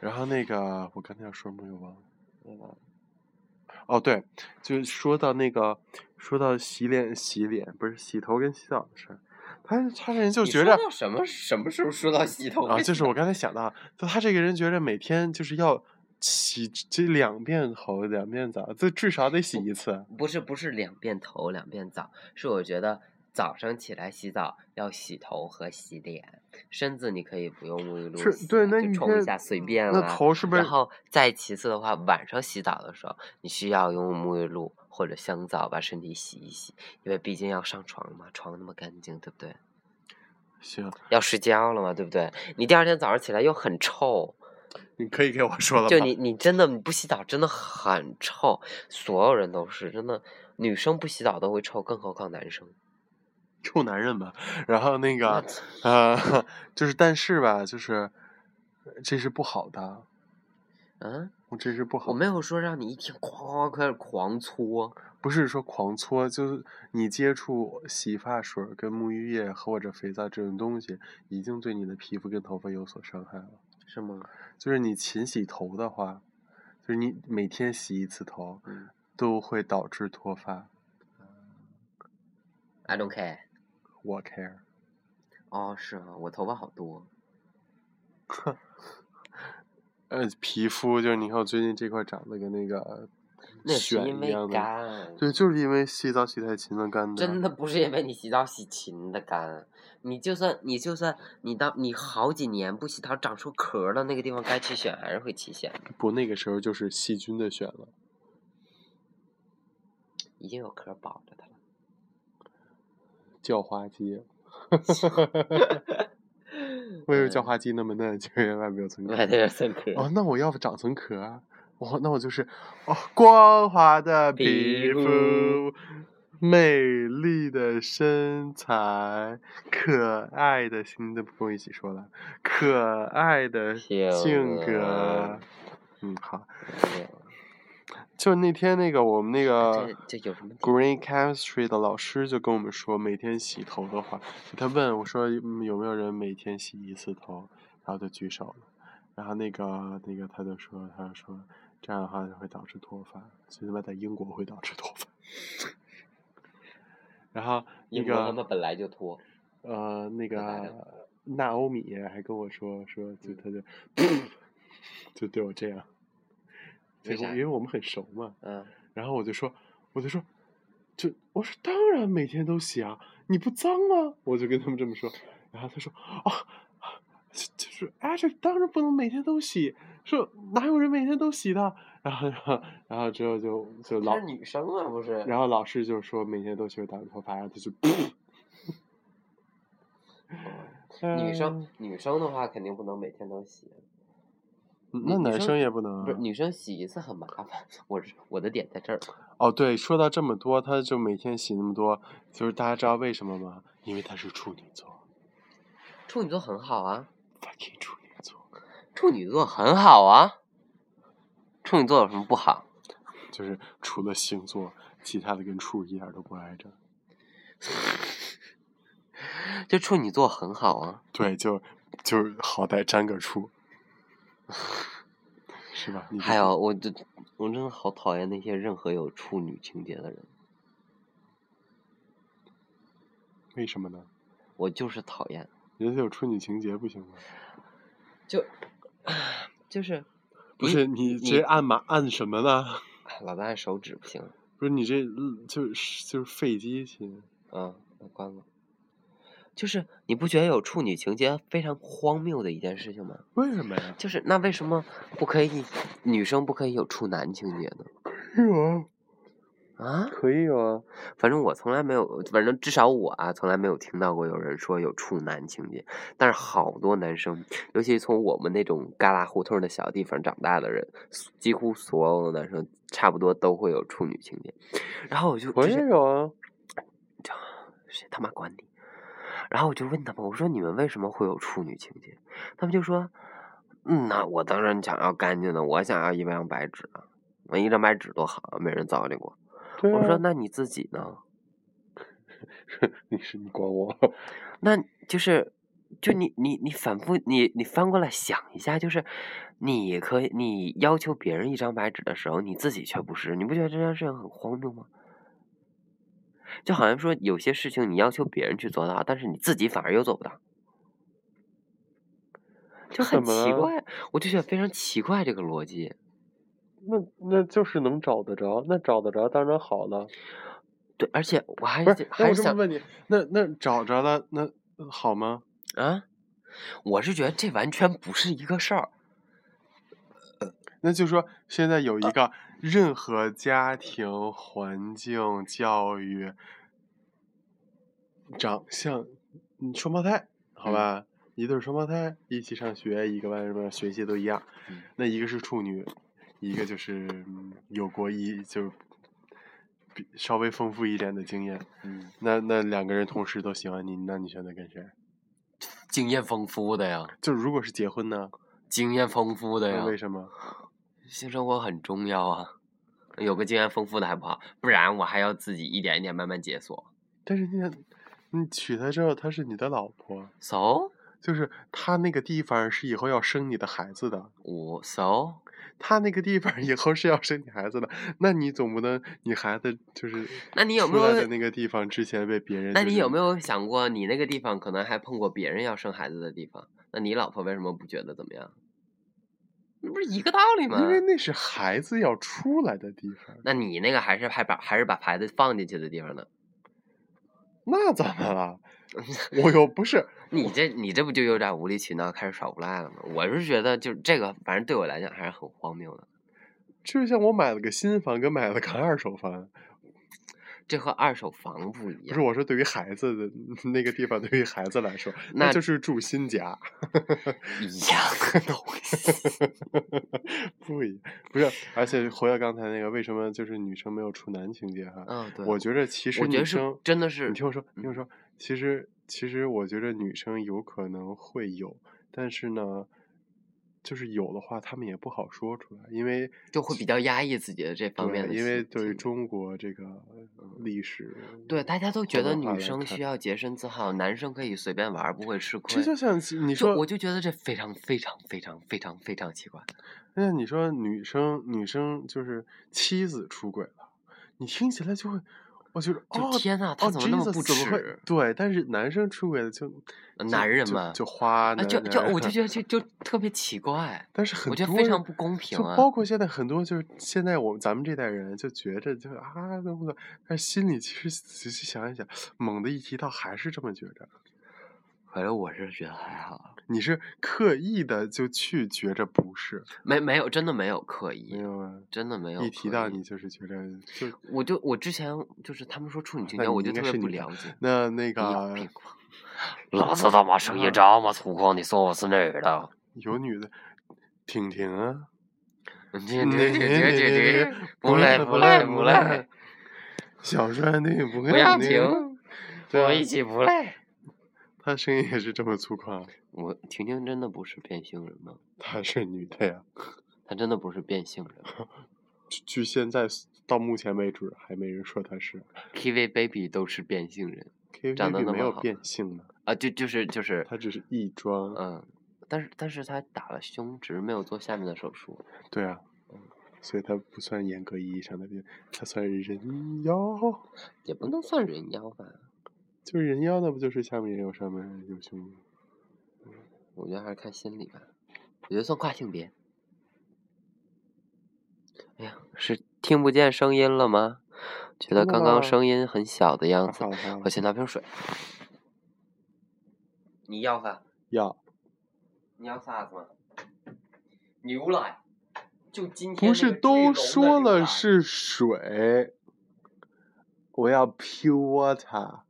Speaker 1: 然后那个我刚才要说什么又忘了。
Speaker 2: 对吧？
Speaker 1: 哦，对，就是说到那个，说到洗脸、洗脸不是洗头跟洗澡的事儿，他他这人就
Speaker 2: 你
Speaker 1: 觉
Speaker 2: 说
Speaker 1: 着
Speaker 2: 到什么什么时候说到洗头
Speaker 1: 啊，
Speaker 2: 跟
Speaker 1: 就是我刚才想到，就他这个人觉着每天就是要洗这两遍头两遍澡，这至少得洗一次。
Speaker 2: 不是不是两遍头两遍澡，是我觉得早上起来洗澡要洗头和洗脸，身子你可以不用沐浴露
Speaker 1: 是
Speaker 2: 洗
Speaker 1: 对
Speaker 2: 啊
Speaker 1: 那
Speaker 2: 就
Speaker 1: 你
Speaker 2: 冲一
Speaker 1: 这
Speaker 2: 下随便
Speaker 1: 那
Speaker 2: 了。
Speaker 1: 头是不是
Speaker 2: 然？后再其次的话，晚上洗澡的时候，你需要用沐浴露或者香皂把身体洗一洗，因为毕竟要上床嘛，床那么干净，对不对？
Speaker 1: 行，
Speaker 2: 要睡觉了嘛，对不对？你第二天早上起来又很臭，
Speaker 1: 你可以给我说了吧？
Speaker 2: 就你你真的你不洗澡真的很臭，所有人都是真的，女生不洗澡都会臭，更何况男生。
Speaker 1: 臭男人吧。然后那
Speaker 2: 那 <laughs>
Speaker 1: 个呃，就是但是吧，就是这是不好的，
Speaker 2: 嗯，
Speaker 1: 我这是不好
Speaker 2: 我没有说让你一天哐哐哐开始狂搓，
Speaker 1: 不是说狂搓，就是你接触洗发水儿跟沐浴液或者肥皂这种东西，已经对你的皮肤跟头发有所伤害了。
Speaker 2: 是吗？
Speaker 1: 就是你勤洗头的话，就是你每天洗一次头
Speaker 2: 嗯，
Speaker 1: 都会导致脱发。
Speaker 2: I don't care。
Speaker 1: 我 care。
Speaker 2: 哦，是啊，我头发好多。
Speaker 1: 呃，皮肤就是你看我最近这块长得跟那个
Speaker 2: 那是
Speaker 1: 癣
Speaker 2: 因
Speaker 1: 一
Speaker 2: 为
Speaker 1: 样的，
Speaker 2: 干，
Speaker 1: 对，就是因为洗澡洗太勤了干的。
Speaker 2: 真的不是因为你洗澡洗勤的干，你就算你就算你到你好几年不洗头长出壳了，那个地方该起癣还是会起癣，
Speaker 1: 不，那个时候就是细菌的癣了。
Speaker 2: 已经有壳保着它了。
Speaker 1: 叫花鸡。 <laughs> 为什么叫花鸡那么嫩？嗯哎就是因为外面有层壳。
Speaker 2: 外头有层壳。
Speaker 1: 哦，那我要不长层壳啊？哦，那我就是哦，光滑的皮
Speaker 2: 皮
Speaker 1: 肤，美丽的身材，可爱的心，你怎么不跟我一起说了？可爱的
Speaker 2: 性
Speaker 1: 性格
Speaker 2: 格。
Speaker 1: 嗯，好，
Speaker 2: 对
Speaker 1: 就那天那个我们那个
Speaker 2: 这这有什么点
Speaker 1: Green Chemistry 的老师就跟我们说，每天洗头的话，他问我说嗯有没有人每天洗一次头，然后就举手了，然后那个那个他就说，他就说这样的话就会导致脱发，所以他妈在英国会导致脱发。然后那
Speaker 2: 英国他
Speaker 1: 个
Speaker 2: 们本来就脱，
Speaker 1: 呃那
Speaker 2: 来
Speaker 1: 个纳欧米还跟我说说，就
Speaker 2: 嗯
Speaker 1: 他就 <coughs> 就对我这样，
Speaker 2: 为
Speaker 1: 结果
Speaker 2: 啥
Speaker 1: 因为我们很熟嘛，
Speaker 2: 嗯，
Speaker 1: 然后我就说，我就说，就我说当然每天都洗啊，你不脏吗？我就跟他们这么说。然后他说啊，就就是哎，这当然不能每天都洗，说哪有人每天都洗的？然后然后然后之后就就老
Speaker 2: 她，是女生啊，不是？
Speaker 1: 然后老师就说每天都洗会导致头发，然后他就，
Speaker 2: <laughs> 女
Speaker 1: 哎
Speaker 2: 生女生的话肯定不能每天都洗，
Speaker 1: 嗯那
Speaker 2: 女
Speaker 1: 男
Speaker 2: 生
Speaker 1: 生也不能啊
Speaker 2: 不是女生洗一次很麻烦。我是我的点在这儿，
Speaker 1: 哦。对，说到这么多，他就每天洗那么多，就是大家知道为什么吗？因为他是处女座
Speaker 2: 处女座很好啊，
Speaker 1: ，fucking 处女座。
Speaker 2: 处女座很好啊，处女座有什么不好？
Speaker 1: 就是除了星座，其他的跟处一点儿都不挨着。
Speaker 2: 就处女座很好啊，
Speaker 1: 对，就就是好歹沾个处，是吧？你就
Speaker 2: 还
Speaker 1: 是
Speaker 2: 有我这我真的好讨厌那些任何有处女情节的人，
Speaker 1: 为什么呢？
Speaker 2: 我就是讨厌。
Speaker 1: 人家有处女情节不行吗？
Speaker 2: 就 <sniffs> 就是
Speaker 1: 不
Speaker 2: 你
Speaker 1: 是你这按码按什么呢？
Speaker 2: 哎老大手指不行，
Speaker 1: 不是你这嗯就是就是费机器。
Speaker 2: 嗯，我关了。就是你不觉得有处女情节非常荒谬的一件事情吗？
Speaker 1: 为什么呀？
Speaker 2: 就是那为什么不可以女生不可以有处男情节呢？哦
Speaker 1: 有
Speaker 2: 啊，
Speaker 1: 可以有啊，
Speaker 2: 反正我从来没有，反正至少我啊，从来没有听到过有人说有处男情节。但是好多男生，尤其从我们那种旮旯胡同的小地方长大的人，几乎所有的男生差不多都会有处女情节。然后我就
Speaker 1: 我
Speaker 2: 之
Speaker 1: 也
Speaker 2: 前
Speaker 1: 有啊。
Speaker 2: 哦谁他妈管你？然后我就问他们，我说你们为什么会有处女情节？他们就说，嗯，那我当然想要干净的，我想要一张白纸啊，我一张白纸多好啊，没人糟践过。
Speaker 1: 对
Speaker 2: 我说
Speaker 1: <laughs> 啊，
Speaker 2: 那你自己呢？
Speaker 1: 你是你管我？ <laughs>
Speaker 2: 那就是，就你你你反复你你翻过来想一下，就是你可以你要求别人一张白纸的时候，你自己却不是，你不觉得这件事情很荒谬吗？就好像说有些事情你要求别人去做到，但是你自己反而又做不到，就
Speaker 1: 怎
Speaker 2: 很
Speaker 1: 么
Speaker 2: 奇
Speaker 1: 了
Speaker 2: 怪，我就觉得非常奇怪这个逻辑。
Speaker 1: 那那就是能找得着，那找得着当然好了。
Speaker 2: 对，而且我还
Speaker 1: 不
Speaker 2: 是
Speaker 1: 是，那
Speaker 2: 还
Speaker 1: 我这
Speaker 2: 是
Speaker 1: 么
Speaker 2: 想
Speaker 1: 问你，那那找着了，那呃好吗？
Speaker 2: 啊，我是觉得这完全不是一个事儿。
Speaker 1: 那就说现在
Speaker 2: 呃
Speaker 1: 有一个任何家庭环境、教育、长相，嗯，双胞胎，好
Speaker 2: 嗯
Speaker 1: 吧，一对儿双胞胎一起上学，一个外面学习都一样
Speaker 2: 嗯，
Speaker 1: 那一个是处女，一个就是嗯有过一就是比稍微丰富一点的经验。
Speaker 2: 嗯，
Speaker 1: 那那两个人同时都喜欢你，那你选择跟谁？
Speaker 2: 经验丰富的呀，
Speaker 1: 就如果是结婚呢？
Speaker 2: 经验丰富的呀
Speaker 1: 那，为什么？
Speaker 2: 性生活很重要啊。有个经验丰富的还不好，不然我还要自己一点一点慢慢解锁。
Speaker 1: 但是你想，你娶她之后，她是你的老婆，
Speaker 2: So，
Speaker 1: 就是她那个地方是以后要生你的孩子的，
Speaker 2: 我 so，
Speaker 1: 她那个地方以后是要生你孩子的。那你总不能你孩子就是
Speaker 2: 那你有
Speaker 1: 出
Speaker 2: 没
Speaker 1: 来
Speaker 2: 有
Speaker 1: 的那个地方之前被别人、
Speaker 2: 那你有没
Speaker 1: 有？
Speaker 2: 有想过，你那个地方可能还碰过别人要生孩子的地方？那你老婆为什么不觉得怎么样？那不是一个道理吗？
Speaker 1: 因为那是孩子要出来的地方，
Speaker 2: 那你那个还是还把还是把牌子放进去的地方呢？
Speaker 1: 那怎么了？我又不是
Speaker 2: 你这你这不就有点无理取闹，开始耍无赖了吗？我是觉得就是这个，反正对我来讲还是很荒谬的。
Speaker 1: 就像我买了个新房跟买了个二手房，
Speaker 2: 这和二手房不一
Speaker 1: 不是
Speaker 2: 样。
Speaker 1: 我说对于孩子的那个地方，对于孩子来说，
Speaker 2: 那
Speaker 1: 那就是住新家，
Speaker 2: 一样的东西。
Speaker 1: 不一样，不是。而且回到刚才那个，为什么就是女生没有处男情节哈？
Speaker 2: 嗯，对，
Speaker 1: 我觉着其实
Speaker 2: 我觉
Speaker 1: 女
Speaker 2: 得是
Speaker 1: 生，
Speaker 2: 真的是
Speaker 1: 你听我说，你听我
Speaker 2: 嗯
Speaker 1: 说，其实其实我觉着女生有可能会有，但是呢，就是有的话，她们也不好说出来，因为
Speaker 2: 就会比较压抑自己的这方面
Speaker 1: 对，
Speaker 2: 的心。
Speaker 1: 因为对于
Speaker 2: 心理
Speaker 1: 中国这个历史，
Speaker 2: 对，大家都觉
Speaker 1: 后
Speaker 2: 得
Speaker 1: 文化
Speaker 2: 女
Speaker 1: 来
Speaker 2: 生
Speaker 1: 看
Speaker 2: 需要洁身自好，男生可以随便玩儿，不会吃亏。
Speaker 1: 这就像你
Speaker 2: 就
Speaker 1: 说，
Speaker 2: 我就觉得这非常非常非常非常非常奇怪。
Speaker 1: 那你说女生女生就是妻子出轨了，你听起来就会，我觉得
Speaker 2: 就
Speaker 1: 哦
Speaker 2: 天呐
Speaker 1: 哦
Speaker 2: 他怎么那么
Speaker 1: Jesus，
Speaker 2: 不
Speaker 1: 怎么会
Speaker 2: 耻？
Speaker 1: 对，但是男生出轨的就
Speaker 2: 呃
Speaker 1: 就
Speaker 2: 男人
Speaker 1: 就
Speaker 2: 嘛
Speaker 1: 就花
Speaker 2: 啊，
Speaker 1: 男
Speaker 2: 就就
Speaker 1: 男
Speaker 2: 我就
Speaker 1: 人
Speaker 2: 觉得这就特别奇怪。
Speaker 1: 但是很
Speaker 2: 我觉得
Speaker 1: 多
Speaker 2: 非
Speaker 1: 人
Speaker 2: 常不公平
Speaker 1: 就
Speaker 2: 啊
Speaker 1: 包括现在很多就是现在我们咱们这代人就觉着就是啊那么，但是心里其实仔细想一想，猛地一提到还是这么觉着。
Speaker 2: 反正我是觉得还好，
Speaker 1: 你是刻意的就去觉着不是，
Speaker 2: 没没有，真的没有刻
Speaker 1: 明
Speaker 2: 意，
Speaker 1: 白吗？
Speaker 2: 真的没有。
Speaker 1: 一提到你，就是觉着就
Speaker 2: 我就我之前就是他们说处女情
Speaker 1: 啊那
Speaker 2: 节，
Speaker 1: 你
Speaker 2: 我就
Speaker 1: 应该
Speaker 2: 特别
Speaker 1: 是
Speaker 2: 不
Speaker 1: 女的
Speaker 2: 了解。
Speaker 1: 那那
Speaker 2: 你有
Speaker 1: 个
Speaker 2: 病吧！老子他妈
Speaker 1: 生意
Speaker 2: 这么粗犷，你说我是哪儿的？
Speaker 1: 有女的，婷婷啊，嗯
Speaker 2: 这这
Speaker 1: 你
Speaker 2: 这
Speaker 1: 你你
Speaker 2: 这这
Speaker 1: 你
Speaker 2: <laughs> 这不赖
Speaker 1: 不
Speaker 2: 不
Speaker 1: 赖
Speaker 2: 赖
Speaker 1: 不
Speaker 2: 不
Speaker 1: 赖
Speaker 2: 赖，
Speaker 1: 小帅弟不
Speaker 2: 不要
Speaker 1: 恨你
Speaker 2: 停，
Speaker 1: 对
Speaker 2: 我
Speaker 1: 啊
Speaker 2: 一起不赖。
Speaker 1: 她声音也是这么粗犷，啊
Speaker 2: 我婷婷真的不是变性人吗？
Speaker 1: 她是女的呀。
Speaker 2: 她真的不是变性人。
Speaker 1: 据据现在到目前为止还没人说她是
Speaker 2: KV Baby 都是变性人
Speaker 1: K
Speaker 2: 长
Speaker 1: V
Speaker 2: 得
Speaker 1: B
Speaker 2: 那
Speaker 1: 没
Speaker 2: 么
Speaker 1: 有
Speaker 2: 好
Speaker 1: 变性呢，
Speaker 2: 啊，就就是就是，
Speaker 1: 她只是异装。
Speaker 2: 嗯，但是但是她打了胸只是没有做下面的手术。
Speaker 1: 对啊，
Speaker 2: 嗯
Speaker 1: 所以她不算严格意义上的变，她算人妖，
Speaker 2: 也不能算人妖吧，
Speaker 1: 就是人妖，那不就是下面也有上面有胸吗？
Speaker 2: 我觉得还是看心理吧。我觉得算跨性别。哎呀，是听不见声音了吗？觉得
Speaker 1: 听到
Speaker 2: 刚刚
Speaker 1: 了
Speaker 2: 声音很小的样
Speaker 1: 还
Speaker 2: 子
Speaker 1: 好。还好
Speaker 2: 嗯我，去拿瓶水。你要啥？
Speaker 1: 要
Speaker 2: 你要啥子吗？牛奶。就今天
Speaker 1: 不是都说了是水，我要啊 pure water。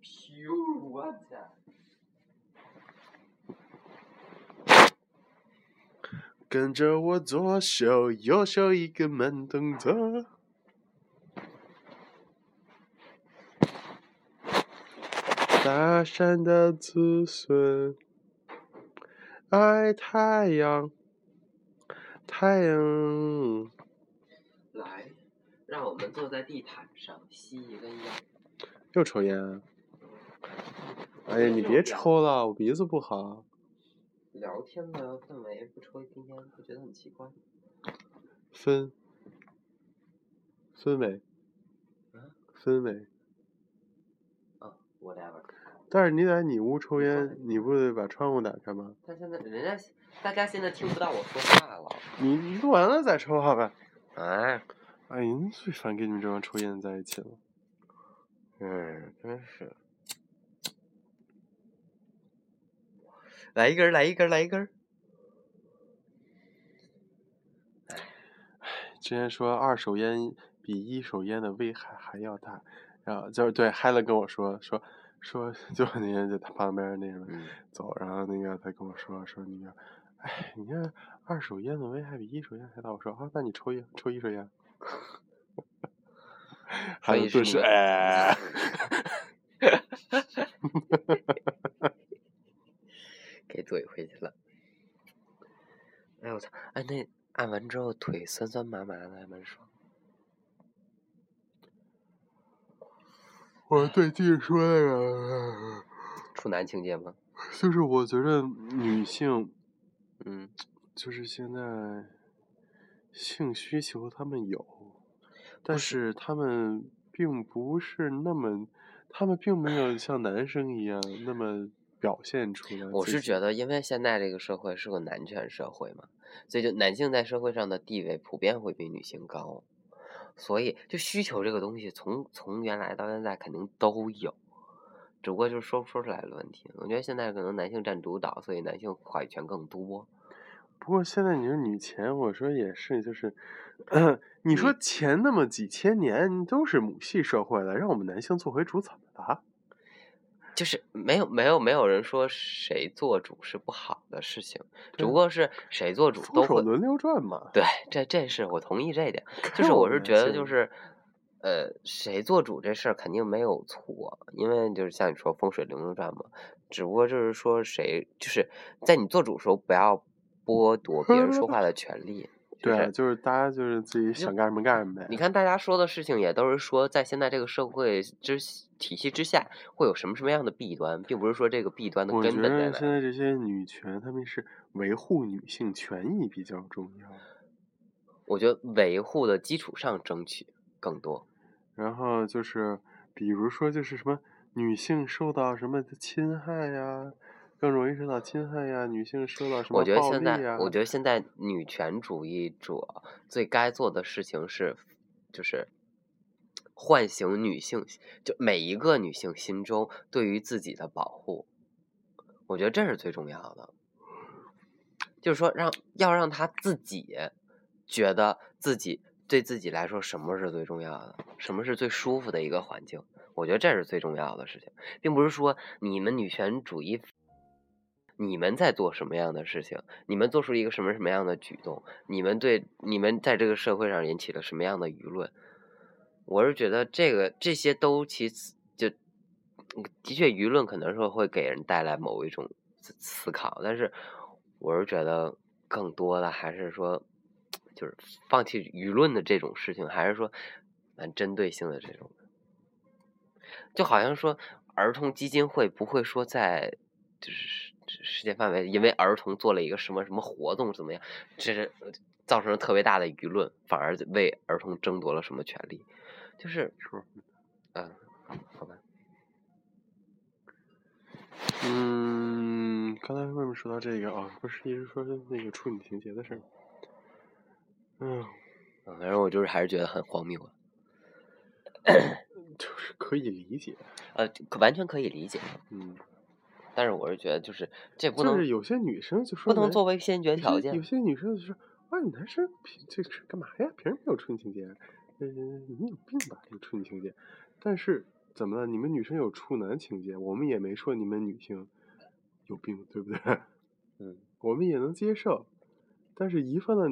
Speaker 2: pure water。
Speaker 1: 跟着我左手右手一个慢动作。大山的子孙爱太阳，太阳。
Speaker 2: 来，让我们坐在地毯上吸一根烟。
Speaker 1: 又抽烟啊？哎呀，你别抽了，我鼻子不好。
Speaker 2: 聊天的氛围不抽一根烟，不觉得很奇怪吗？
Speaker 1: 分，分美
Speaker 2: 啊，
Speaker 1: 分美。
Speaker 2: 啊，whatever。
Speaker 1: 但是你在你屋抽
Speaker 2: 你说
Speaker 1: 烟
Speaker 2: 的，
Speaker 1: 你不得把窗户打开吗？
Speaker 2: 但现在人家大家现在听不到我说话了。
Speaker 1: 你你录完了再抽好吧。
Speaker 2: 哎，
Speaker 1: 哎呀，最烦跟你们这帮抽烟的在一起了。
Speaker 2: 嗯，真是。来一根儿，来一根儿，来一根儿。
Speaker 1: 之前说二手烟比一手烟的危害还要大，然后就是对嗨了跟我说说说，就那天在他旁边那什么
Speaker 2: 嗯
Speaker 1: 走，然后那个他跟我说说那个，哎，你看二手烟的危害比一手烟还大。我说啊，那你抽烟抽一手烟。 <laughs>
Speaker 2: 所
Speaker 1: 还
Speaker 2: 以
Speaker 1: 有
Speaker 2: 是
Speaker 1: 顿时
Speaker 2: 你嗯
Speaker 1: 哎，
Speaker 2: 给怼回去了。哎呦我操！哎，那按完之后腿酸酸麻麻的，还蛮爽。
Speaker 1: <laughs> 我对自己说那个， <laughs>
Speaker 2: 处男情节吗？
Speaker 1: 就是我觉得女性
Speaker 2: 嗯，
Speaker 1: 就是现在性需求他们有，但是他们并不是那么，他们并没有像男生一样那么表现出来。
Speaker 2: 我是觉，得，因为现在这个社会是个男权社会嘛，所以就男性在社会上的地位普遍会比女性高，所以就需求这个东西从从原来到现在肯定都有，只不过就是说不说出来的问题。我觉得现在可能男性占主导，所以男性话语权更多。
Speaker 1: 不过现在你说女钱，我说也是，就是，你
Speaker 2: 嗯
Speaker 1: 说前那么几千年都是母系社会了，让我们男性做回主怎么了？
Speaker 2: 就是没有没有没有人说谁做主是不好的事情，只
Speaker 1: 对
Speaker 2: 不过是谁做主
Speaker 1: 出
Speaker 2: 都
Speaker 1: 手
Speaker 2: 会
Speaker 1: 轮流转嘛。
Speaker 2: 对，这这是我同意这一点，就
Speaker 1: 看
Speaker 2: 是我
Speaker 1: 们
Speaker 2: 是
Speaker 1: 男
Speaker 2: 觉得
Speaker 1: 性
Speaker 2: 就是，呃，谁做主这事儿肯定没有错，因为就是像你说风水轮流转嘛，只不过就是说谁就是在你做主的时候不要剥夺别人说话的权利。就
Speaker 1: 对啊，
Speaker 2: 是
Speaker 1: 就是大家就是自己
Speaker 2: 就
Speaker 1: 想干什么干什么呗。
Speaker 2: 你看大家说的事情也都是说在现在这个社会之体系之下会有什么什么样的弊端，并不是说这个弊端的
Speaker 1: 我觉
Speaker 2: 根本在
Speaker 1: 得
Speaker 2: 哪
Speaker 1: 现。在这些女权，她们是维护女性权益比较重要，
Speaker 2: 我觉得维护的基础上争取更多。
Speaker 1: 然后就是比如说就是什么女性受到什么的侵害呀，更容易受到侵害呀，女性受到什么
Speaker 2: 我觉得
Speaker 1: 暴
Speaker 2: 现
Speaker 1: 力啊
Speaker 2: 在
Speaker 1: 呀，，
Speaker 2: 我觉得现在女权主义者最该做的事情是，就是唤醒女性，就每一个女性心中对于自己的保护。我觉得这是最重要的，就是说让要让她自己觉得自己对自己来说什么是最重要的，什么是最舒服的一个环境。我觉得这是最重要的事情，并不是说你们女权主义你们在做什么样的事情，你们做出一个什么什么样的举动，你们对你们在这个社会上引起了什么样的舆论，我是觉得这个这些都其次就的确舆论可能说会给人带来某一种思思考，但是我是觉得更多的还是说就是放弃舆论的这种事情，还是说蛮针对性的这种。就好像说儿童基金会不会说在就是世界范围，因为儿童做了一个什么什么活动怎么样，这是呃造成了特别大的舆论，反而为儿童争夺了什么权利，就是
Speaker 1: 是
Speaker 2: 嗯，好吧，
Speaker 1: 嗯，刚才为什么说到这个啊？不是一直说那个处女情节的事儿吗？嗯，
Speaker 2: 嗯反正我就是还是觉得很荒谬啊，
Speaker 1: 就是可以理解，
Speaker 2: 呃，可完全可以理解，
Speaker 1: 嗯，
Speaker 2: 但是我是觉得就是这不
Speaker 1: 就
Speaker 2: 能
Speaker 1: 是有些女生就说
Speaker 2: 不能
Speaker 1: 男
Speaker 2: 作为先决
Speaker 1: 有
Speaker 2: 条
Speaker 1: 些
Speaker 2: 件
Speaker 1: 有，些女生就说：“啊，你男生凭这是干嘛呀？凭什么有处女情节？呃，你有病吧？有处女情节。但是怎么了？你们女生有处男情节，我们也没说你们女性有病，对不 <laughs> 对？
Speaker 2: 嗯，
Speaker 1: 我们也能接受。但是，一犯了，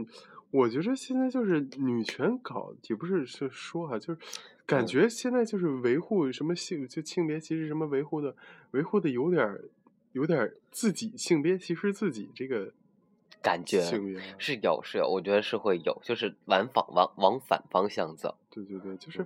Speaker 1: 我觉着现在就是女权搞，也不是是说啊，就是感
Speaker 2: 嗯
Speaker 1: 觉现在就是维护什么性就性别歧视什么维护的，维护的有点儿有点儿自己性别歧视自己这个
Speaker 2: 感觉
Speaker 1: 性别了，
Speaker 2: 是有是有，我觉得是会有，就是往反往往反方向走。
Speaker 1: 对对对，就是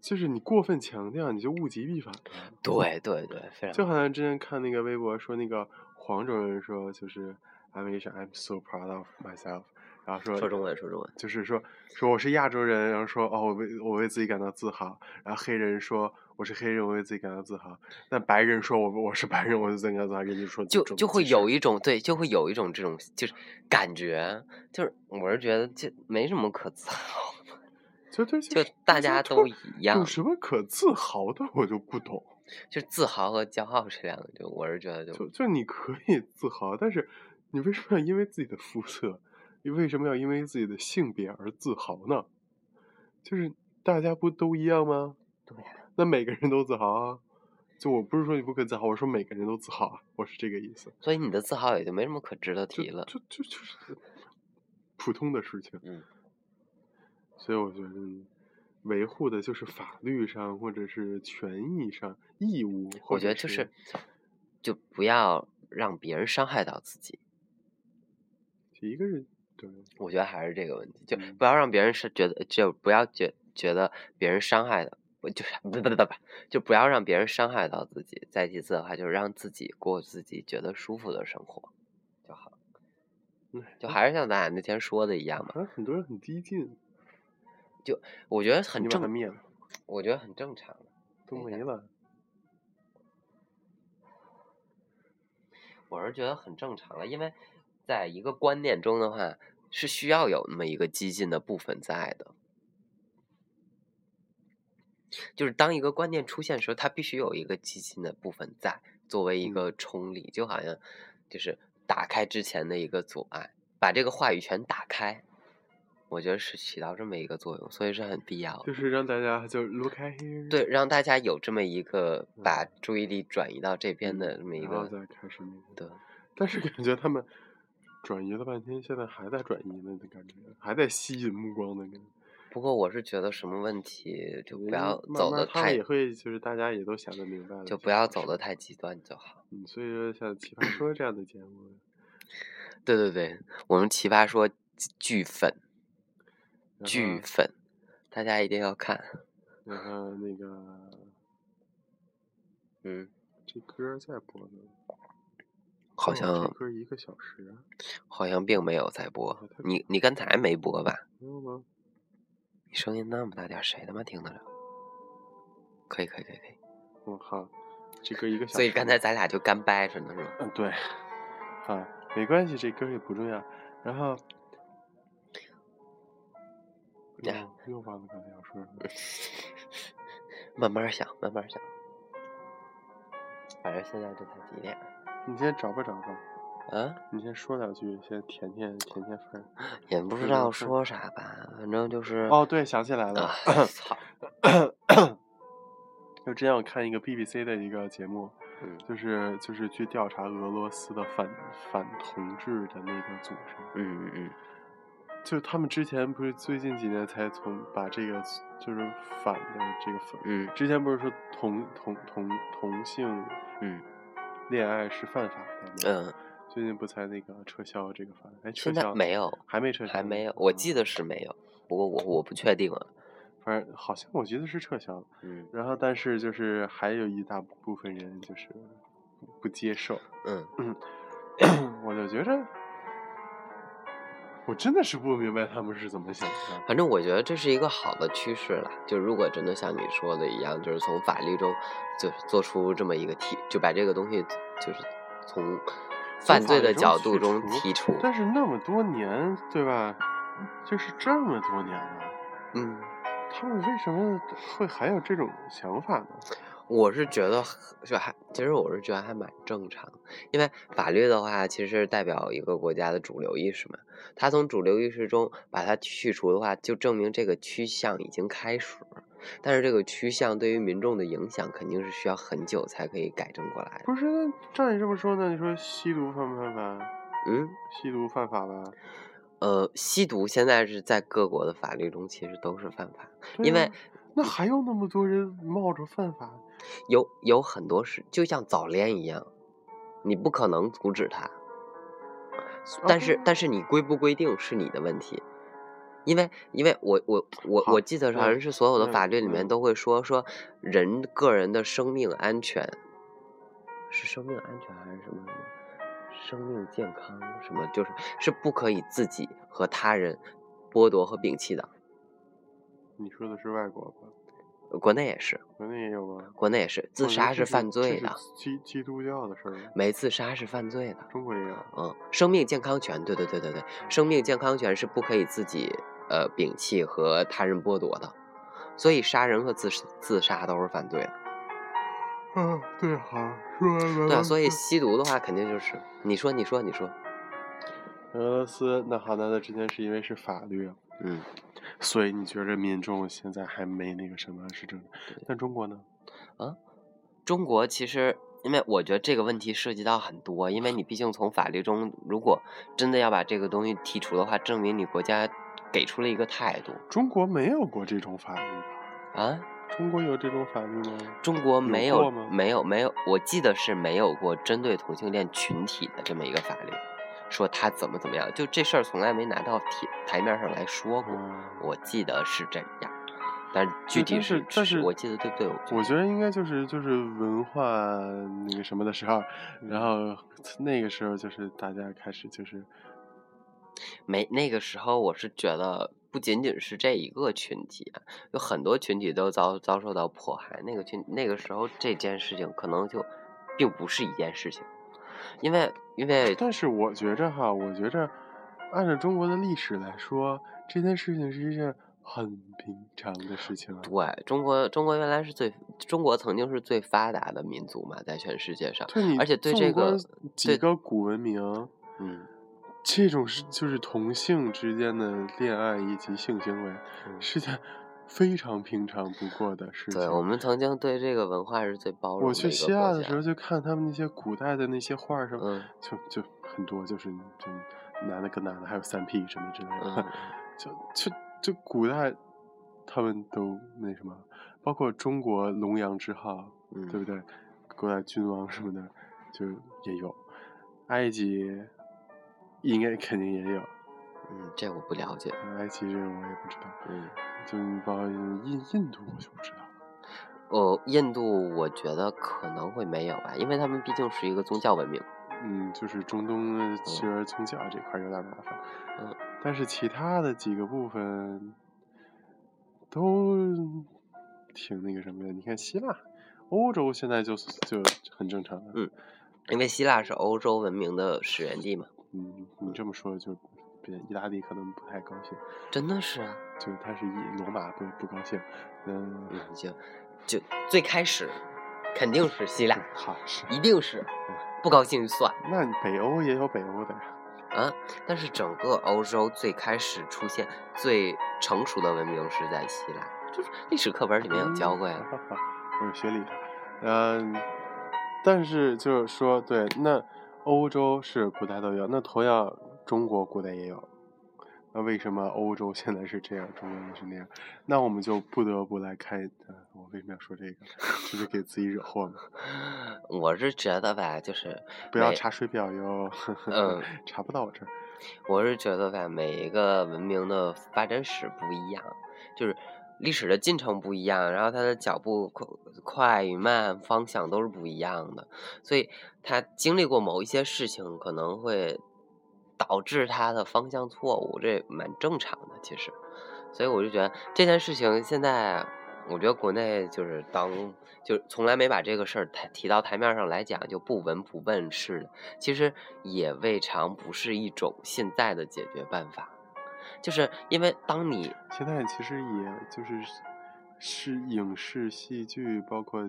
Speaker 1: 就是你过分强调，你就物极必反了。啊
Speaker 2: 对对对，非
Speaker 1: 就
Speaker 2: 常
Speaker 1: 好像之前看那个微博说，那个黄种人说，就是 I'm Asian, I'm so proud of myself。然后说
Speaker 2: 说中文，说中文，
Speaker 1: 就是说说我是亚洲人，然后说哦，我为我为自己感到自豪。然后黑人说我是黑人，我为自己感到自豪。那白人说我我是白人，我为自己感到自豪。人家说
Speaker 2: 就
Speaker 1: 种
Speaker 2: 就
Speaker 1: 族
Speaker 2: 会
Speaker 1: 歧视
Speaker 2: 有一种对，就会有一种这种就是感觉，就是我是觉得这没什么可自豪， <laughs>
Speaker 1: 就对，
Speaker 2: 就是大
Speaker 1: 这
Speaker 2: 家
Speaker 1: 突
Speaker 2: 都
Speaker 1: 然
Speaker 2: 一样
Speaker 1: 有，什么可自豪的？我就不懂。
Speaker 2: 就是自豪和骄傲这两个，就我是觉得就
Speaker 1: 就就你可以自豪，但是你为什么要因为自己的肤色，你为什么要因为自己的性别而自豪呢？就是大家不都一样吗？
Speaker 2: 对
Speaker 1: 那每个人都自豪啊。就我不是说你不可以自豪，我说每个人都自豪啊，我是这个意思。
Speaker 2: 所以你的自豪也就没什么可值得
Speaker 1: 就
Speaker 2: 提了。
Speaker 1: 就就就是普通的事情。
Speaker 2: 嗯。
Speaker 1: 所以我觉得，维护的就是法律上或者是权益上义务。
Speaker 2: 我觉得就是，就不要让别人伤害到自己。
Speaker 1: 一个人对，
Speaker 2: 我觉得还是这个问题，就
Speaker 1: 嗯
Speaker 2: 不要让别人是觉得，就不要觉觉得别人伤害的，不就是不不不不，就不要让别人伤害到自己。再其次的话，就是让自己过自己觉得舒服的生活就好。
Speaker 1: 嗯
Speaker 2: 就还是像咱俩那天说的一样嘛，
Speaker 1: 好像很多人很激进，
Speaker 2: 我觉得
Speaker 1: 你
Speaker 2: 很
Speaker 1: 把它
Speaker 2: 正，
Speaker 1: 灭了，
Speaker 2: 我觉得很正常。
Speaker 1: 都
Speaker 2: 对
Speaker 1: 没
Speaker 2: 的
Speaker 1: 了。
Speaker 2: 我是觉得很正常了，因为在一个观念中的话，是需要有那么一个激进的部分在的。就是当一个观念出现的时候，它必须有一个激进的部分在，作为一
Speaker 1: 嗯
Speaker 2: 个冲力，就好像就是打开之前的一个阻碍，把这个话语权打开，我觉得是起到这么一个作用，所以是很必要的。
Speaker 1: 就是让大家就 look at here，
Speaker 2: 对，让大家有这么一个
Speaker 1: 嗯
Speaker 2: 把注意力转移到这边的这么一
Speaker 1: 然后
Speaker 2: 个
Speaker 1: 再开始那个。
Speaker 2: 对，
Speaker 1: 但是感觉他们转移了半天，现在还在转移呢的感觉，还在吸引目光的感觉。
Speaker 2: 不过我是觉得什么问题就不
Speaker 1: 嗯
Speaker 2: 要
Speaker 1: 慢
Speaker 2: 走
Speaker 1: 慢
Speaker 2: 的
Speaker 1: 他们
Speaker 2: 太
Speaker 1: 也，会就是大家也都想得明白了，
Speaker 2: 就不要走
Speaker 1: 的。
Speaker 2: 的太极端就好。
Speaker 1: 嗯，所以说像《奇葩说》这样的节目，
Speaker 2: 对对对，我们奇葩说巨粉
Speaker 1: 然
Speaker 2: 巨
Speaker 1: 后
Speaker 2: 粉，大家一定要看。
Speaker 1: 然后那个
Speaker 2: 嗯，
Speaker 1: 这歌儿在播呢，
Speaker 2: 好
Speaker 1: 哦这
Speaker 2: 像
Speaker 1: 歌儿一个小时啊，
Speaker 2: 好像并没有在播
Speaker 1: 哦，它
Speaker 2: 你你刚才没播吧？
Speaker 1: 没有吗？
Speaker 2: 你声音那么大点儿，谁他妈听得着？可以可以可以可以，
Speaker 1: 我靠，哦这歌儿一个小时。
Speaker 2: 所以刚才咱俩就干掰着呢是吧？
Speaker 1: 嗯，对，啊，没关系，这歌儿也不重要。然后，
Speaker 2: 呀
Speaker 1: 又又忘了刚才要说什么。
Speaker 2: 慢慢想，慢慢想。反正现在这才几点
Speaker 1: 你先找吧找吧，
Speaker 2: 啊？
Speaker 1: 你先说两句，先填填填填分儿。
Speaker 2: 也不
Speaker 1: 是
Speaker 2: 知
Speaker 1: 的
Speaker 2: 道
Speaker 1: 嗯是
Speaker 2: 说啥吧，反正就是
Speaker 1: 哦，对，想起来了
Speaker 2: 啊，操，
Speaker 1: <laughs> 就之前我看一个 BBC 的一个节目，
Speaker 2: 嗯
Speaker 1: 就是就是去调查俄罗斯的反反同志的那个组织，
Speaker 2: 嗯嗯
Speaker 1: 就是他们之前不是最近几年才从把这个就是反的这个反，
Speaker 2: 嗯
Speaker 1: 之前不是说同同同同性
Speaker 2: 嗯
Speaker 1: 恋爱是犯法的吗？
Speaker 2: 嗯，
Speaker 1: 最近不才那个撤销这个法，哎，撤
Speaker 2: 现在
Speaker 1: 销
Speaker 2: 没有，
Speaker 1: 还没撤销，嗯
Speaker 2: 还没有，我记
Speaker 1: 得，
Speaker 2: 得是没有，不过我我不确定了。
Speaker 1: 反正好像我觉得是撤销了。
Speaker 2: 嗯
Speaker 1: 然后，但是就是还有一大部分人就是不接受， <clears throat>
Speaker 2: 嗯，
Speaker 1: 我就觉着，我真的是不明白他们是怎么想的。
Speaker 2: 反正我觉得这是一个好的趋势啦。就如果真的像你说的一样，就是从法律中就是做出这么一个提，就把这个东西就是从犯罪的角度中提出。
Speaker 1: 但是那么多年，对吧？就是这么多年了，
Speaker 2: 嗯，
Speaker 1: 他们为什么会还有这种想法呢？
Speaker 2: 我是觉得很就还，其实我是觉得还蛮正常，因为法律的话，其实是代表一个国家的主流意识嘛。它从主流意识中把它去除的话，就证明这个趋向已经开始了。但是这个趋向对于民众的影响，肯定是需要很久才可以改正过来的。
Speaker 1: 不是，那照你这么说，那你说吸毒犯不犯法？
Speaker 2: 嗯，
Speaker 1: 吸毒犯法吧？
Speaker 2: 呃，吸毒现在是在各国的法律中其实都是犯法，
Speaker 1: 对
Speaker 2: 因为
Speaker 1: 啊那还有那么多人冒着犯法，
Speaker 2: 有有很多事，就像早恋一样，你不可能阻止它。但是
Speaker 1: 对
Speaker 2: 但是你规不规定是你的问题，因为因为我我我
Speaker 1: 好
Speaker 2: 我记得好像
Speaker 1: 嗯
Speaker 2: 是所有的
Speaker 1: 嗯
Speaker 2: 法律里面
Speaker 1: 嗯
Speaker 2: 都会说说人个人的生命安全，是生命安全还是什么什么？生命健康什么，就是是不可以自己和他人剥夺和摒弃的。
Speaker 1: 你说的是外国吧？
Speaker 2: 呃国内也是，
Speaker 1: 国内也有吧？
Speaker 2: 国内也是，自
Speaker 1: 我觉得哦
Speaker 2: 杀
Speaker 1: 这
Speaker 2: 是犯罪的
Speaker 1: 这，是基基督教的事儿，
Speaker 2: 没自杀是犯罪的。
Speaker 1: 中国也有。
Speaker 2: 嗯，生命健康权，对对对对对，生命健康权是不可以自己呃摒弃和他人剥夺的，所以杀人和自自杀都是犯罪的。
Speaker 1: <laughs> 嗯，对，好，说完了。
Speaker 2: 对啊，所以吸毒的话肯定就是，你说你说你说，
Speaker 1: 俄罗斯那好，那那之前是因为是法律，啊
Speaker 2: 嗯，
Speaker 1: 所以你觉得民众现在还没那个什么是正常？但中国呢？
Speaker 2: 啊中国其实，因为我觉得这个问题涉及到很多，因为你毕竟从法律中，如果真的要把这个东西剔除的话，证明你国家给出了一个态度
Speaker 1: 中国没有过这种法律吧？
Speaker 2: 啊。
Speaker 1: 中国有这种法律吗？
Speaker 2: 中国没有
Speaker 1: 过吗
Speaker 2: 没有没有，我记得是没有过针对同性恋群体的这么一个法律，说他怎么怎么样，就这事儿从来没拿到台台面上来说过。
Speaker 1: 嗯，
Speaker 2: 我记得是这样，但具体
Speaker 1: 但
Speaker 2: 是
Speaker 1: 是但是
Speaker 2: 我记得对不对？我
Speaker 1: 我觉得应该就是就是文化那个什么的时候，然
Speaker 2: 嗯
Speaker 1: 后那个时候就是大家开始就是
Speaker 2: 没那个时候，我是觉得不仅仅是这一个群体啊，有很多群体都遭遭受到迫害。那个群那个时候这件事情可能就并不是一件事情，因为因为
Speaker 1: 但是我觉着哈，我觉着按照中国的历史来说，这件事情是一件很平常的事情啊。
Speaker 2: 对中国中国原来是最中国曾经是最发达的民族嘛，在全世界上，
Speaker 1: 对你
Speaker 2: 而且对
Speaker 1: 纵
Speaker 2: 这个
Speaker 1: 观几
Speaker 2: 对
Speaker 1: 个古文明，
Speaker 2: 嗯，
Speaker 1: 这种是就是同性之间的恋爱以及性行为，
Speaker 2: 嗯
Speaker 1: 是件非常平常不过的事情。
Speaker 2: 对我们曾经对这个文化是最包容
Speaker 1: 我
Speaker 2: 的一
Speaker 1: 去
Speaker 2: 个
Speaker 1: 希
Speaker 2: 国
Speaker 1: 腊的
Speaker 2: 家
Speaker 1: 时候，就看他们那些古代的那些画儿上，
Speaker 2: 嗯
Speaker 1: 就就很多就是就男的跟男的，还有三 P 什么之类的， <laughs>
Speaker 2: 嗯
Speaker 1: 就就就古代他们都那什么，包括中国龙阳之好，
Speaker 2: 嗯
Speaker 1: 对不对？古代君王什么的就也有，埃及应该肯定也有，
Speaker 2: 嗯，这我不了解，
Speaker 1: 埃及这个我也不知道，
Speaker 2: 嗯。
Speaker 1: 就包括印印度我就不知道了，
Speaker 2: 哦，印度我觉得可能会没有吧，因为他们毕竟是一个宗教文明。
Speaker 1: 嗯，就是中东的其实宗教这块儿有点麻烦，
Speaker 2: 嗯，
Speaker 1: 但是其他的几个部分都挺那个什么的。你看希腊、欧洲现在就就很正常了。
Speaker 2: 嗯因为希腊是欧洲文明的始源地嘛，
Speaker 1: 嗯，你这么说就别意大利可能不太高兴，
Speaker 2: 真的是啊，
Speaker 1: 就他是以罗马不不高兴，嗯，
Speaker 2: 嗯，就就最开始肯定是希腊，
Speaker 1: 好是，嗯
Speaker 2: 一定是不高兴就算
Speaker 1: 那你北欧也有北欧的呀，
Speaker 2: 啊。但是整个欧洲最开始出现最成熟的文明是在希腊，就是历史课本里面有教过呀。 <laughs>
Speaker 1: 嗯，我 <laughs> 有学理的，嗯，但是就是说，对，那欧洲是古代都有，那同样中国古代也有，那为什么欧洲现在是这样，中国又是那样？那我们就不得不来看，呃我为什么要说这个？就是给自己惹祸嘛，
Speaker 2: 我是觉得吧，就是
Speaker 1: 不要
Speaker 2: 每
Speaker 1: 查水表哟，
Speaker 2: 嗯
Speaker 1: 查不到我这儿，
Speaker 2: 我是觉得吧，每一个文明的发展史不一样，就是历史的进程不一样，然后它的脚步快快与慢方向都是不一样的，所以它经历过某一些事情，可能会导致它的方向错误，这蛮正常的其实。所以我就觉得这件事情现在，我觉得国内就是当就是从来没把这个事儿台提到台面上来讲，就不闻不问似的。其实也未尝不是一种现在的解决办法，就是因为当你
Speaker 1: 现在其实也就是是影视、戏剧，包括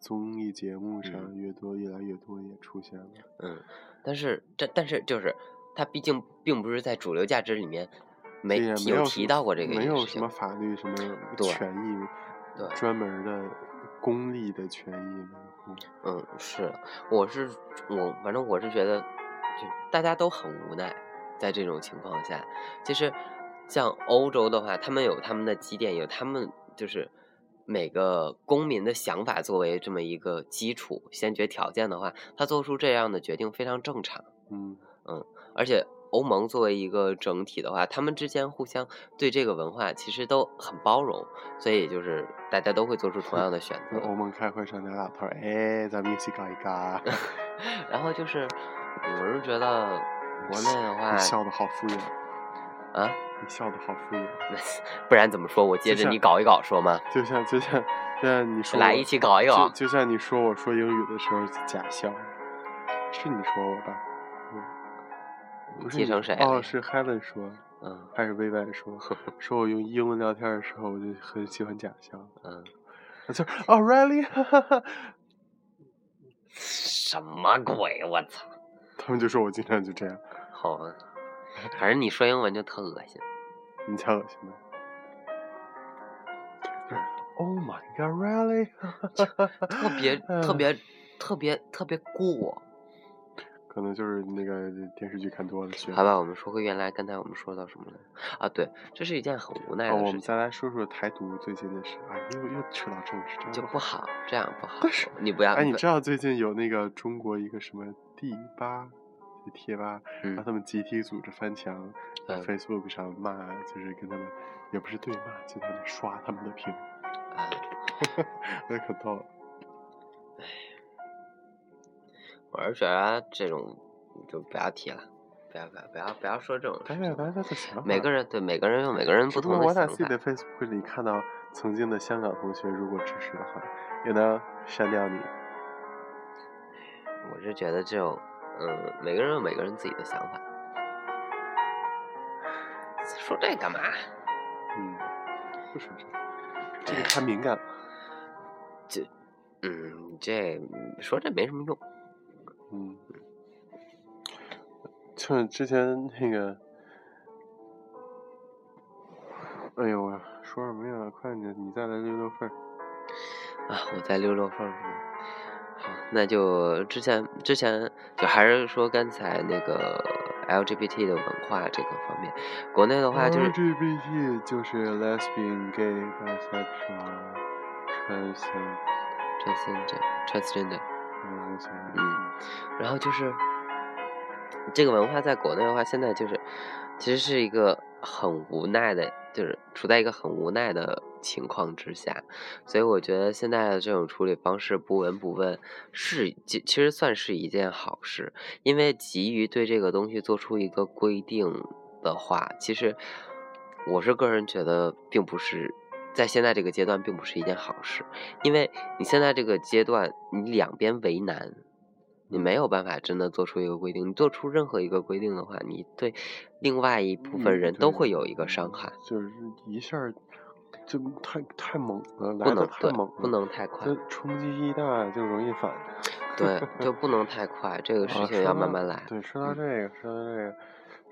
Speaker 1: 综艺节目上，越多越来越多也出现了。
Speaker 2: 嗯，但是这但是就是它毕竟并不是在主流价值里面没
Speaker 1: 这也
Speaker 2: 提
Speaker 1: 没有什
Speaker 2: 提
Speaker 1: 么
Speaker 2: 到过这个
Speaker 1: 没有
Speaker 2: 事
Speaker 1: 什
Speaker 2: 情
Speaker 1: 么，法律什么
Speaker 2: 对
Speaker 1: 权益，
Speaker 2: 对
Speaker 1: 专门儿的公利的权益维护。
Speaker 2: 嗯，是，我是我，反正我是觉得，就大家都很无奈，在这种情况下，其实像欧洲的话，他们有他们的基点，有他们就是每个公民的想法作为这么一个基础先决条件的话，他做出这样的决定非常正常。
Speaker 1: 嗯，
Speaker 2: 而且欧盟作为一个整体的话，他们之间互相对这个文化其实都很包容，所以就是大家都会做出同样的选
Speaker 1: <laughs> 那。
Speaker 2: 择
Speaker 1: 欧盟开会上，俩老头儿，哎，咱们一起搞一搞啊。
Speaker 2: 然后就是，我是觉得国内的话
Speaker 1: 你笑的好敷衍，
Speaker 2: 哎啊，
Speaker 1: 你笑的好敷衍，
Speaker 2: 不然怎么说？我接
Speaker 1: 就
Speaker 2: 着
Speaker 1: 像
Speaker 2: 你搞一搞说嘛，
Speaker 1: 就像就像就像你说
Speaker 2: 来
Speaker 1: 我
Speaker 2: 一起啊搞一搞
Speaker 1: 就。就像你说我说英语的时候假笑，是你说我吧？嗯，不是
Speaker 2: 继
Speaker 1: 你
Speaker 2: 承谁了
Speaker 1: 哦，是 Helen 说
Speaker 2: 嗯
Speaker 1: 还是薇薇
Speaker 2: <laughs>
Speaker 1: 说？说我用英文聊天的时候，我就很喜欢假笑，
Speaker 2: 嗯，
Speaker 1: 就是哦，really， <laughs>
Speaker 2: 什么鬼？我操！
Speaker 1: 他们就说我经常就这样，
Speaker 2: 好吧，反正你说英文就特恶心。
Speaker 1: 你瞧恶心吗？Oh my god，really？
Speaker 2: 特别
Speaker 1: 嗯
Speaker 2: 特别特别特别过。
Speaker 1: <laughs> 可能就是那个电视剧看多了学。
Speaker 2: 好吧，我们说回原来刚才我们说到什么了？啊，对，这是一件很无奈
Speaker 1: 哦，我
Speaker 2: 的
Speaker 1: 们
Speaker 2: 事情，
Speaker 1: 再来说说台独最近的事。哎，又又扯到政治，这样
Speaker 2: 就
Speaker 1: 不
Speaker 2: 不好，这样不好
Speaker 1: 但是。
Speaker 2: 你不要，
Speaker 1: 哎，你
Speaker 2: 不
Speaker 1: 知道最近有那个中国一个什么第八贴吧，然后
Speaker 2: 嗯
Speaker 1: 他们集体组织翻墙，在
Speaker 2: 嗯
Speaker 1: Facebook 上骂，就是跟他们也不是对骂，就在那刷他们的屏，
Speaker 2: 啊，
Speaker 1: 那可逗了。
Speaker 2: 我是觉得这种就不要提了，不要不要不要不要说这种事
Speaker 1: 大
Speaker 2: 情
Speaker 1: 家大
Speaker 2: 了。
Speaker 1: 家的想法，
Speaker 2: 每个人对每个人有每个人不
Speaker 1: 不
Speaker 2: 同
Speaker 1: 同。我
Speaker 2: 的
Speaker 1: 在
Speaker 2: 想
Speaker 1: 自己
Speaker 2: 法
Speaker 1: 的。Facebook 里看到曾经的香港同学，如果支持的话，也能删掉你。
Speaker 2: 我是觉得这种，嗯，每个人有每个人自己的想法。说这干嘛？
Speaker 1: 嗯，不说这个，这个太敏感了。
Speaker 2: 嗯，这说这没什么用。
Speaker 1: 嗯，就之前那个，哎呦我说什么呀？快点，你再来溜溜缝儿。
Speaker 2: 啊，我在溜溜缝儿是吗？好，那就之前之前就还是说刚才那个 LGBT 的文化这个方面，国内的话就是
Speaker 1: LGBT 就是 lesbian、gay、bisexual、trans，
Speaker 2: transgender transgender，
Speaker 1: 嗯，我想想
Speaker 2: 嗯然后就是这个文化在国内的话，现在就是其实是一个很无奈的，就是处在一个很无奈的情况之下，所以我觉得现在的这种处理方式不闻不问是其其实算是一件好事，因为急于对这个东西做出一个规定的话，其实我是个人觉得并不是。在现在这个阶段，并不是一件好事，因为你现在这个阶段，你两边为难，你没有办法真的做出一个规定。你做出任何一个规定的话，你对另外一部分人都会有一个伤害，
Speaker 1: 嗯就是一下儿就太太猛了，
Speaker 2: 不
Speaker 1: 来的
Speaker 2: 能
Speaker 1: 太
Speaker 2: 对
Speaker 1: 猛了，，
Speaker 2: 不能太快
Speaker 1: 这，冲击一大就容易反
Speaker 2: 对，就不能太快，这个事
Speaker 1: 啊
Speaker 2: 情
Speaker 1: 说
Speaker 2: 要
Speaker 1: 到
Speaker 2: 慢慢来。
Speaker 1: 对，说到
Speaker 2: 嗯
Speaker 1: 这个，说到这个，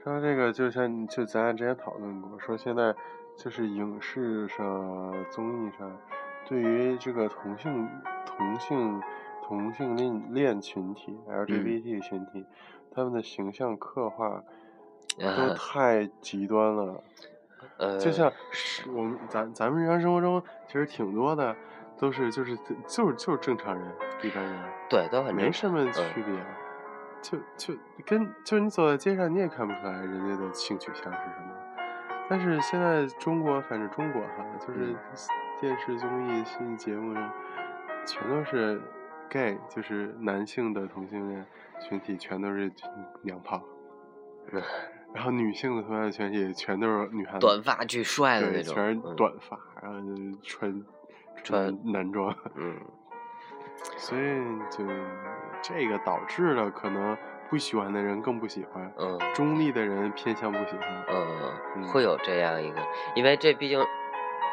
Speaker 1: 说到这个，就像就咱俩之前讨论过，说现在就是影视上、综艺上，对于这个同性、同性、同性恋恋群体
Speaker 2: 嗯
Speaker 1: （LGBT 群体）他们的形象刻画
Speaker 2: 啊
Speaker 1: 都太极端了。
Speaker 2: 呃，
Speaker 1: 就像是我们咱咱们日常生活中，其实挺多的都是就是就是就是正常人、一般人。啊
Speaker 2: 对，都很
Speaker 1: 没
Speaker 2: 正
Speaker 1: 什
Speaker 2: 常
Speaker 1: 么
Speaker 2: 嗯
Speaker 1: 区别，就就跟就你走在街上，你也看不出来人家的性取向是什么。但是现在中国，反正中国哈，就是
Speaker 2: 嗯
Speaker 1: 电视综艺、戏节目上，全都是 gay，就是男性的同性恋群体，全都是娘炮。
Speaker 2: 嗯
Speaker 1: <laughs> 然后女性的同性恋群体全都是女汉子，
Speaker 2: 短发巨帅的
Speaker 1: 对，
Speaker 2: 那种，
Speaker 1: 全是
Speaker 2: 嗯
Speaker 1: 短发，然后就是穿
Speaker 2: 穿
Speaker 1: 男装。 <laughs>
Speaker 2: 嗯
Speaker 1: 所以就这个导致了可能不喜欢的人更不喜欢，
Speaker 2: 嗯
Speaker 1: 中立的人偏向不喜欢。
Speaker 2: 嗯，
Speaker 1: 嗯
Speaker 2: 会有这样一个，因为这毕竟，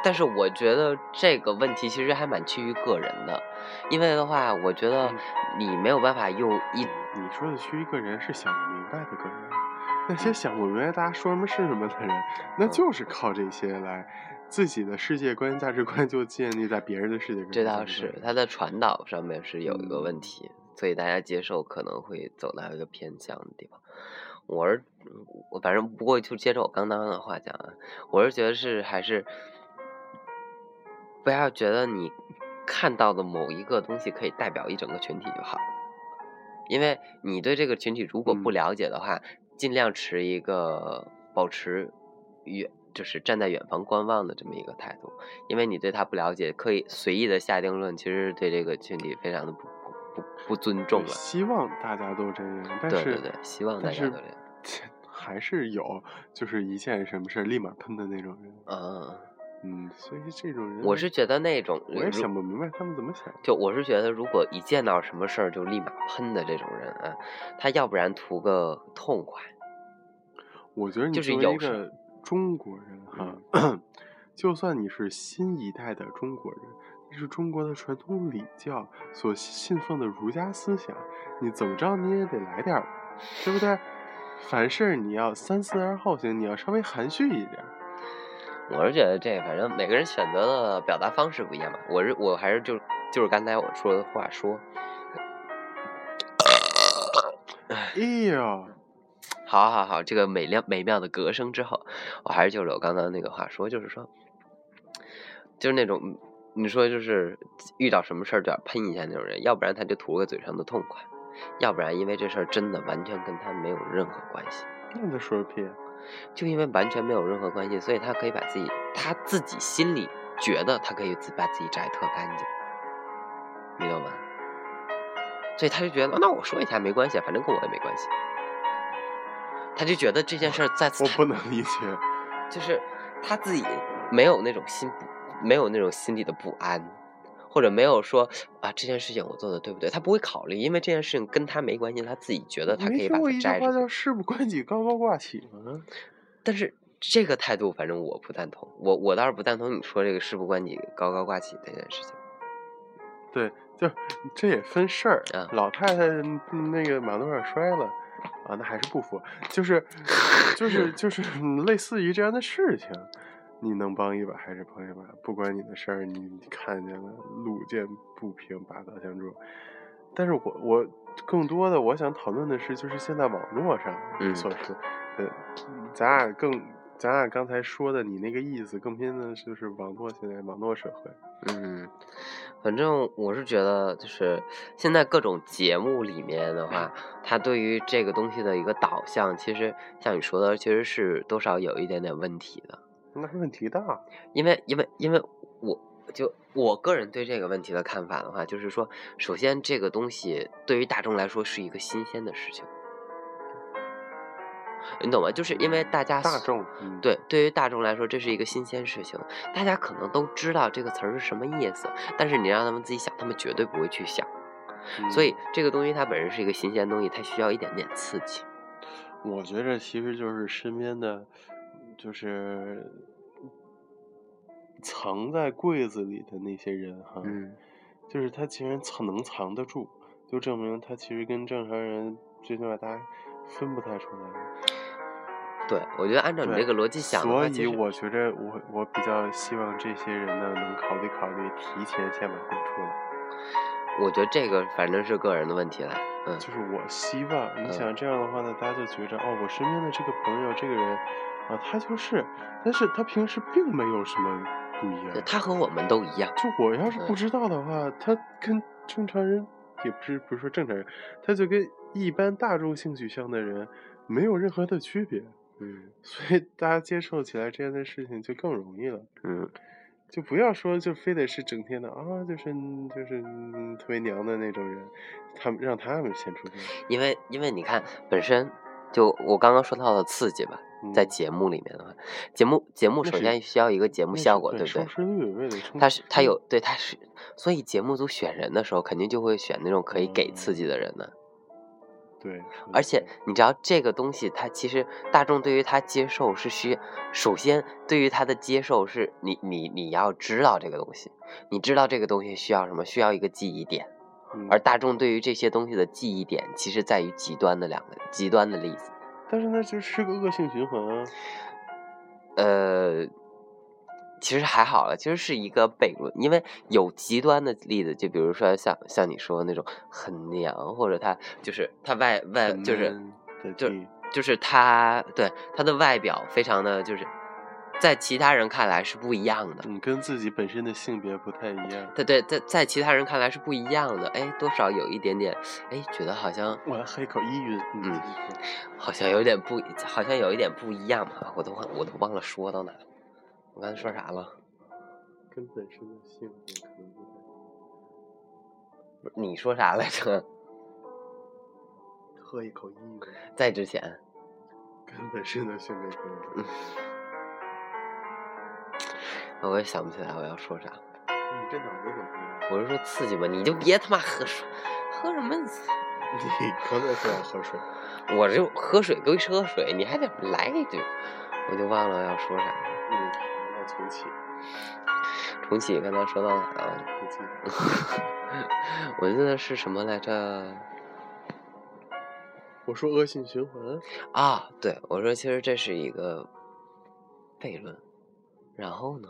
Speaker 2: 但是我觉得这个问题其实还蛮趋于个人的，因为的话，我觉得
Speaker 1: 嗯
Speaker 2: 你没有办法用一
Speaker 1: 你说的区一个人是想不明白的个人，那
Speaker 2: 嗯
Speaker 1: 些想不明白大家说什么是什么的人，那就是靠这些来自己的世界观、价值观就建立在别人的世界观
Speaker 2: 这
Speaker 1: 上的人。
Speaker 2: 倒是，它的传导上面是有一个问
Speaker 1: 嗯
Speaker 2: 题，所以大家接受可能会走到一个偏向的地方。我是，嗯我反正不过就接着我刚刚的话讲啊，我是觉得是还是不要觉得你看到的某一个东西可以代表一整个群体就好了，因为你对这个群体如果不
Speaker 1: 嗯
Speaker 2: 了解的话，尽量持一个保持远，就是站在远方观望的这么一个态度，因为你对他不了解，可以随意的下定论，其实是对这个群体非常的不不不尊重了。
Speaker 1: 希望大家都这样，但
Speaker 2: 对
Speaker 1: 是
Speaker 2: 对对，希望大
Speaker 1: 但
Speaker 2: 家
Speaker 1: 是
Speaker 2: 都这样。
Speaker 1: 还是有就是一件什么事儿立马喷的那种人。
Speaker 2: 嗯，
Speaker 1: 嗯，所以这种人，
Speaker 2: 我是觉得那种
Speaker 1: 我也
Speaker 2: 如
Speaker 1: 想不明白他们怎么想的。
Speaker 2: 就我是觉得，如果一见到什么事儿就立马喷的这种人啊，他要不然图个痛快，
Speaker 1: 我觉得你
Speaker 2: 就是嗯
Speaker 1: 作为
Speaker 2: 有
Speaker 1: 一
Speaker 2: 时
Speaker 1: 个中国人哈，就算你是新一代的中国人，你是中国的传统礼教所信奉的儒家思想，你怎么着你也得来点儿，对不对？凡事你要三思而后行，你要稍微含蓄一点儿。
Speaker 2: 我是觉得这反正每个人选择的表达方式不一样嘛。我是我还是就就是刚才我说的话说，
Speaker 1: 哎呦，
Speaker 2: 好好好，这个美妙美妙的歌声之后，我还是就是我刚刚那个话说，就是说，就是那种你说就是遇到什么事儿就要喷一下那种人，要不然他就图个嘴上的痛快，要不然因为这事儿真的完全跟他没有任何关系。
Speaker 1: 那他说屁！
Speaker 2: 就因为完全没有任何关系，所以他可以把自己他自己心里觉得他可以自把自己摘特干净，你懂吗？所以他就觉得，那我说一下没关系，反正跟我也没关系。他就觉得这件事儿在
Speaker 1: 我不能理解，
Speaker 2: 就是他自己没有那种心不没有那种心里的不安，或者没有说啊这件事情我做的对不对，他不会考虑，因为这件事情跟他没关系，他自己觉得他可
Speaker 1: 没
Speaker 2: 以
Speaker 1: 听
Speaker 2: 把
Speaker 1: 过
Speaker 2: 它
Speaker 1: 一句
Speaker 2: 摘
Speaker 1: 话
Speaker 2: 着。
Speaker 1: 叫“事不关己高高挂起”吗？
Speaker 2: 但是这个态度，反正我不赞同。我我倒是不赞同你说这个事不关己高高挂起这件事情。
Speaker 1: 对，就是这也分事儿。
Speaker 2: 啊
Speaker 1: 老太太嗯那个马路上摔了，啊，那还是不服，就是就是就是嗯类似于这样的事情，你能帮一把还是帮一把，不关你的事儿，你你看见了，路见不平拔刀相助。但是我我更多的我想讨论的是，就是现在网络上
Speaker 2: 嗯
Speaker 1: 所说的，咱俩更咱俩刚才说的你那个意思，更偏的就是网络现在网络社会。
Speaker 2: 嗯，反正我是觉得，就是现在各种节目里面的话，它对于这个东西的一个导向，其实像你说的，其实是多少有一点点问题的。
Speaker 1: 那问题大，
Speaker 2: 因为因为因为我就我个人对这个问题的看法的话，就是说，首先这个东西对于大众来说是一个新鲜的事情，你懂吗？就是因为大家
Speaker 1: 大
Speaker 2: 所
Speaker 1: 众，嗯，
Speaker 2: 对，对于大众来说，这是一个新鲜事情。大家可能都知道这个词儿是什么意思，但是你让他们自己想，他们绝对不会去想。
Speaker 1: 嗯
Speaker 2: 所以这个东西它本身是一个新鲜东西，它需要一点点刺激。
Speaker 1: 我觉着其实就是身边的，就是藏在柜子里的那些人哈，
Speaker 2: 嗯，
Speaker 1: 就是他既然藏能藏得住，就证明他其实跟正常人最起码大家分不太出来。
Speaker 2: 对，我觉得按照你
Speaker 1: 对
Speaker 2: 这个逻辑想的话，
Speaker 1: 所
Speaker 2: 其
Speaker 1: 以
Speaker 2: 实
Speaker 1: 我觉着我我比较希望这些人呢能考虑考虑，提前先把他们出来。
Speaker 2: 我觉得这个反正是个人的问题了。嗯，
Speaker 1: 就是我希望，你
Speaker 2: 嗯
Speaker 1: 想这样的话呢，大家就觉着哦，我身边的这个朋友这个人啊，他就是，但是他平时并没有什么不一样。
Speaker 2: 他和我们都一样。
Speaker 1: 就我要是不
Speaker 2: 嗯
Speaker 1: 知道的话，他跟正常人也不是不是说正常人，他就跟一般大众性取向的人没有任何的区别，
Speaker 2: 嗯
Speaker 1: 所以大家接受起来这样的事情就更容易了。
Speaker 2: 嗯
Speaker 1: 就不要说，就非得是整天的啊，就是就是嗯特别娘的那种人，他们让他们先出现。，
Speaker 2: 因为因为你看本身就我刚刚说到的刺激吧，
Speaker 1: 嗯、
Speaker 2: 在节目里面的话，节目节目
Speaker 1: 那
Speaker 2: 首
Speaker 1: 是
Speaker 2: 先需要一个节目
Speaker 1: 那是
Speaker 2: 效果，
Speaker 1: 对
Speaker 2: 对不对
Speaker 1: 收？视嗯率为了冲
Speaker 2: 他是他
Speaker 1: 击
Speaker 2: 有对他是，所以节目组选人的时候肯定就会选那种可以给刺激的人
Speaker 1: 嗯
Speaker 2: 呢。
Speaker 1: 对，
Speaker 2: 而且你知道这个东西，它其实大众对于它接受是需，首先对于它的接受是你你你要知道这个东西，你知道这个东西需要什么，需要一个记忆点。
Speaker 1: 嗯
Speaker 2: 而大众对于这些东西的记忆点，其实在于极端的两个极端的例子。
Speaker 1: 但是那就是个恶性循环啊。
Speaker 2: 呃，其实还好了，其实是一个悖论，因为有极端的例子，就比如说像像你说的那种很娘，或者他就是他外外
Speaker 1: 很
Speaker 2: 呃就是
Speaker 1: 闷的
Speaker 2: 就
Speaker 1: 地
Speaker 2: 就是他对他的外表非常的就是在其他人看来是不一样的，
Speaker 1: 嗯，跟自己本身的性别不太一样。
Speaker 2: 对对，在在其他人看来是不一样的，哎，多少有一点点，哎，觉得好像
Speaker 1: 我来喝一口依云。
Speaker 2: 嗯，好像有点不，好像有一点不一样嘛，我都忘我都忘了说到哪了，我刚才说啥了？
Speaker 1: 跟本身的性别可能不太一样。
Speaker 2: 你说啥来着？ <laughs>
Speaker 1: 喝一口英语，
Speaker 2: 在之前，
Speaker 1: 根本是能性别平等。
Speaker 2: 嗯我也想不起来我要说啥。
Speaker 1: 你嗯这脑子怎么样？ <laughs>
Speaker 2: 我是说刺激嘛，你就别他妈喝水，喝什么？
Speaker 1: 你刚才说要喝水，
Speaker 2: 我就喝水归喝水，你还得来一句，我就忘了要说啥了。
Speaker 1: 嗯，那重启，
Speaker 2: 重启刚才说到哪儿了？ <laughs>
Speaker 1: 不记得。
Speaker 2: 我记得是什么来着？
Speaker 1: 我说恶性循环，
Speaker 2: 啊，对，我说其实这是一个悖论。然后呢？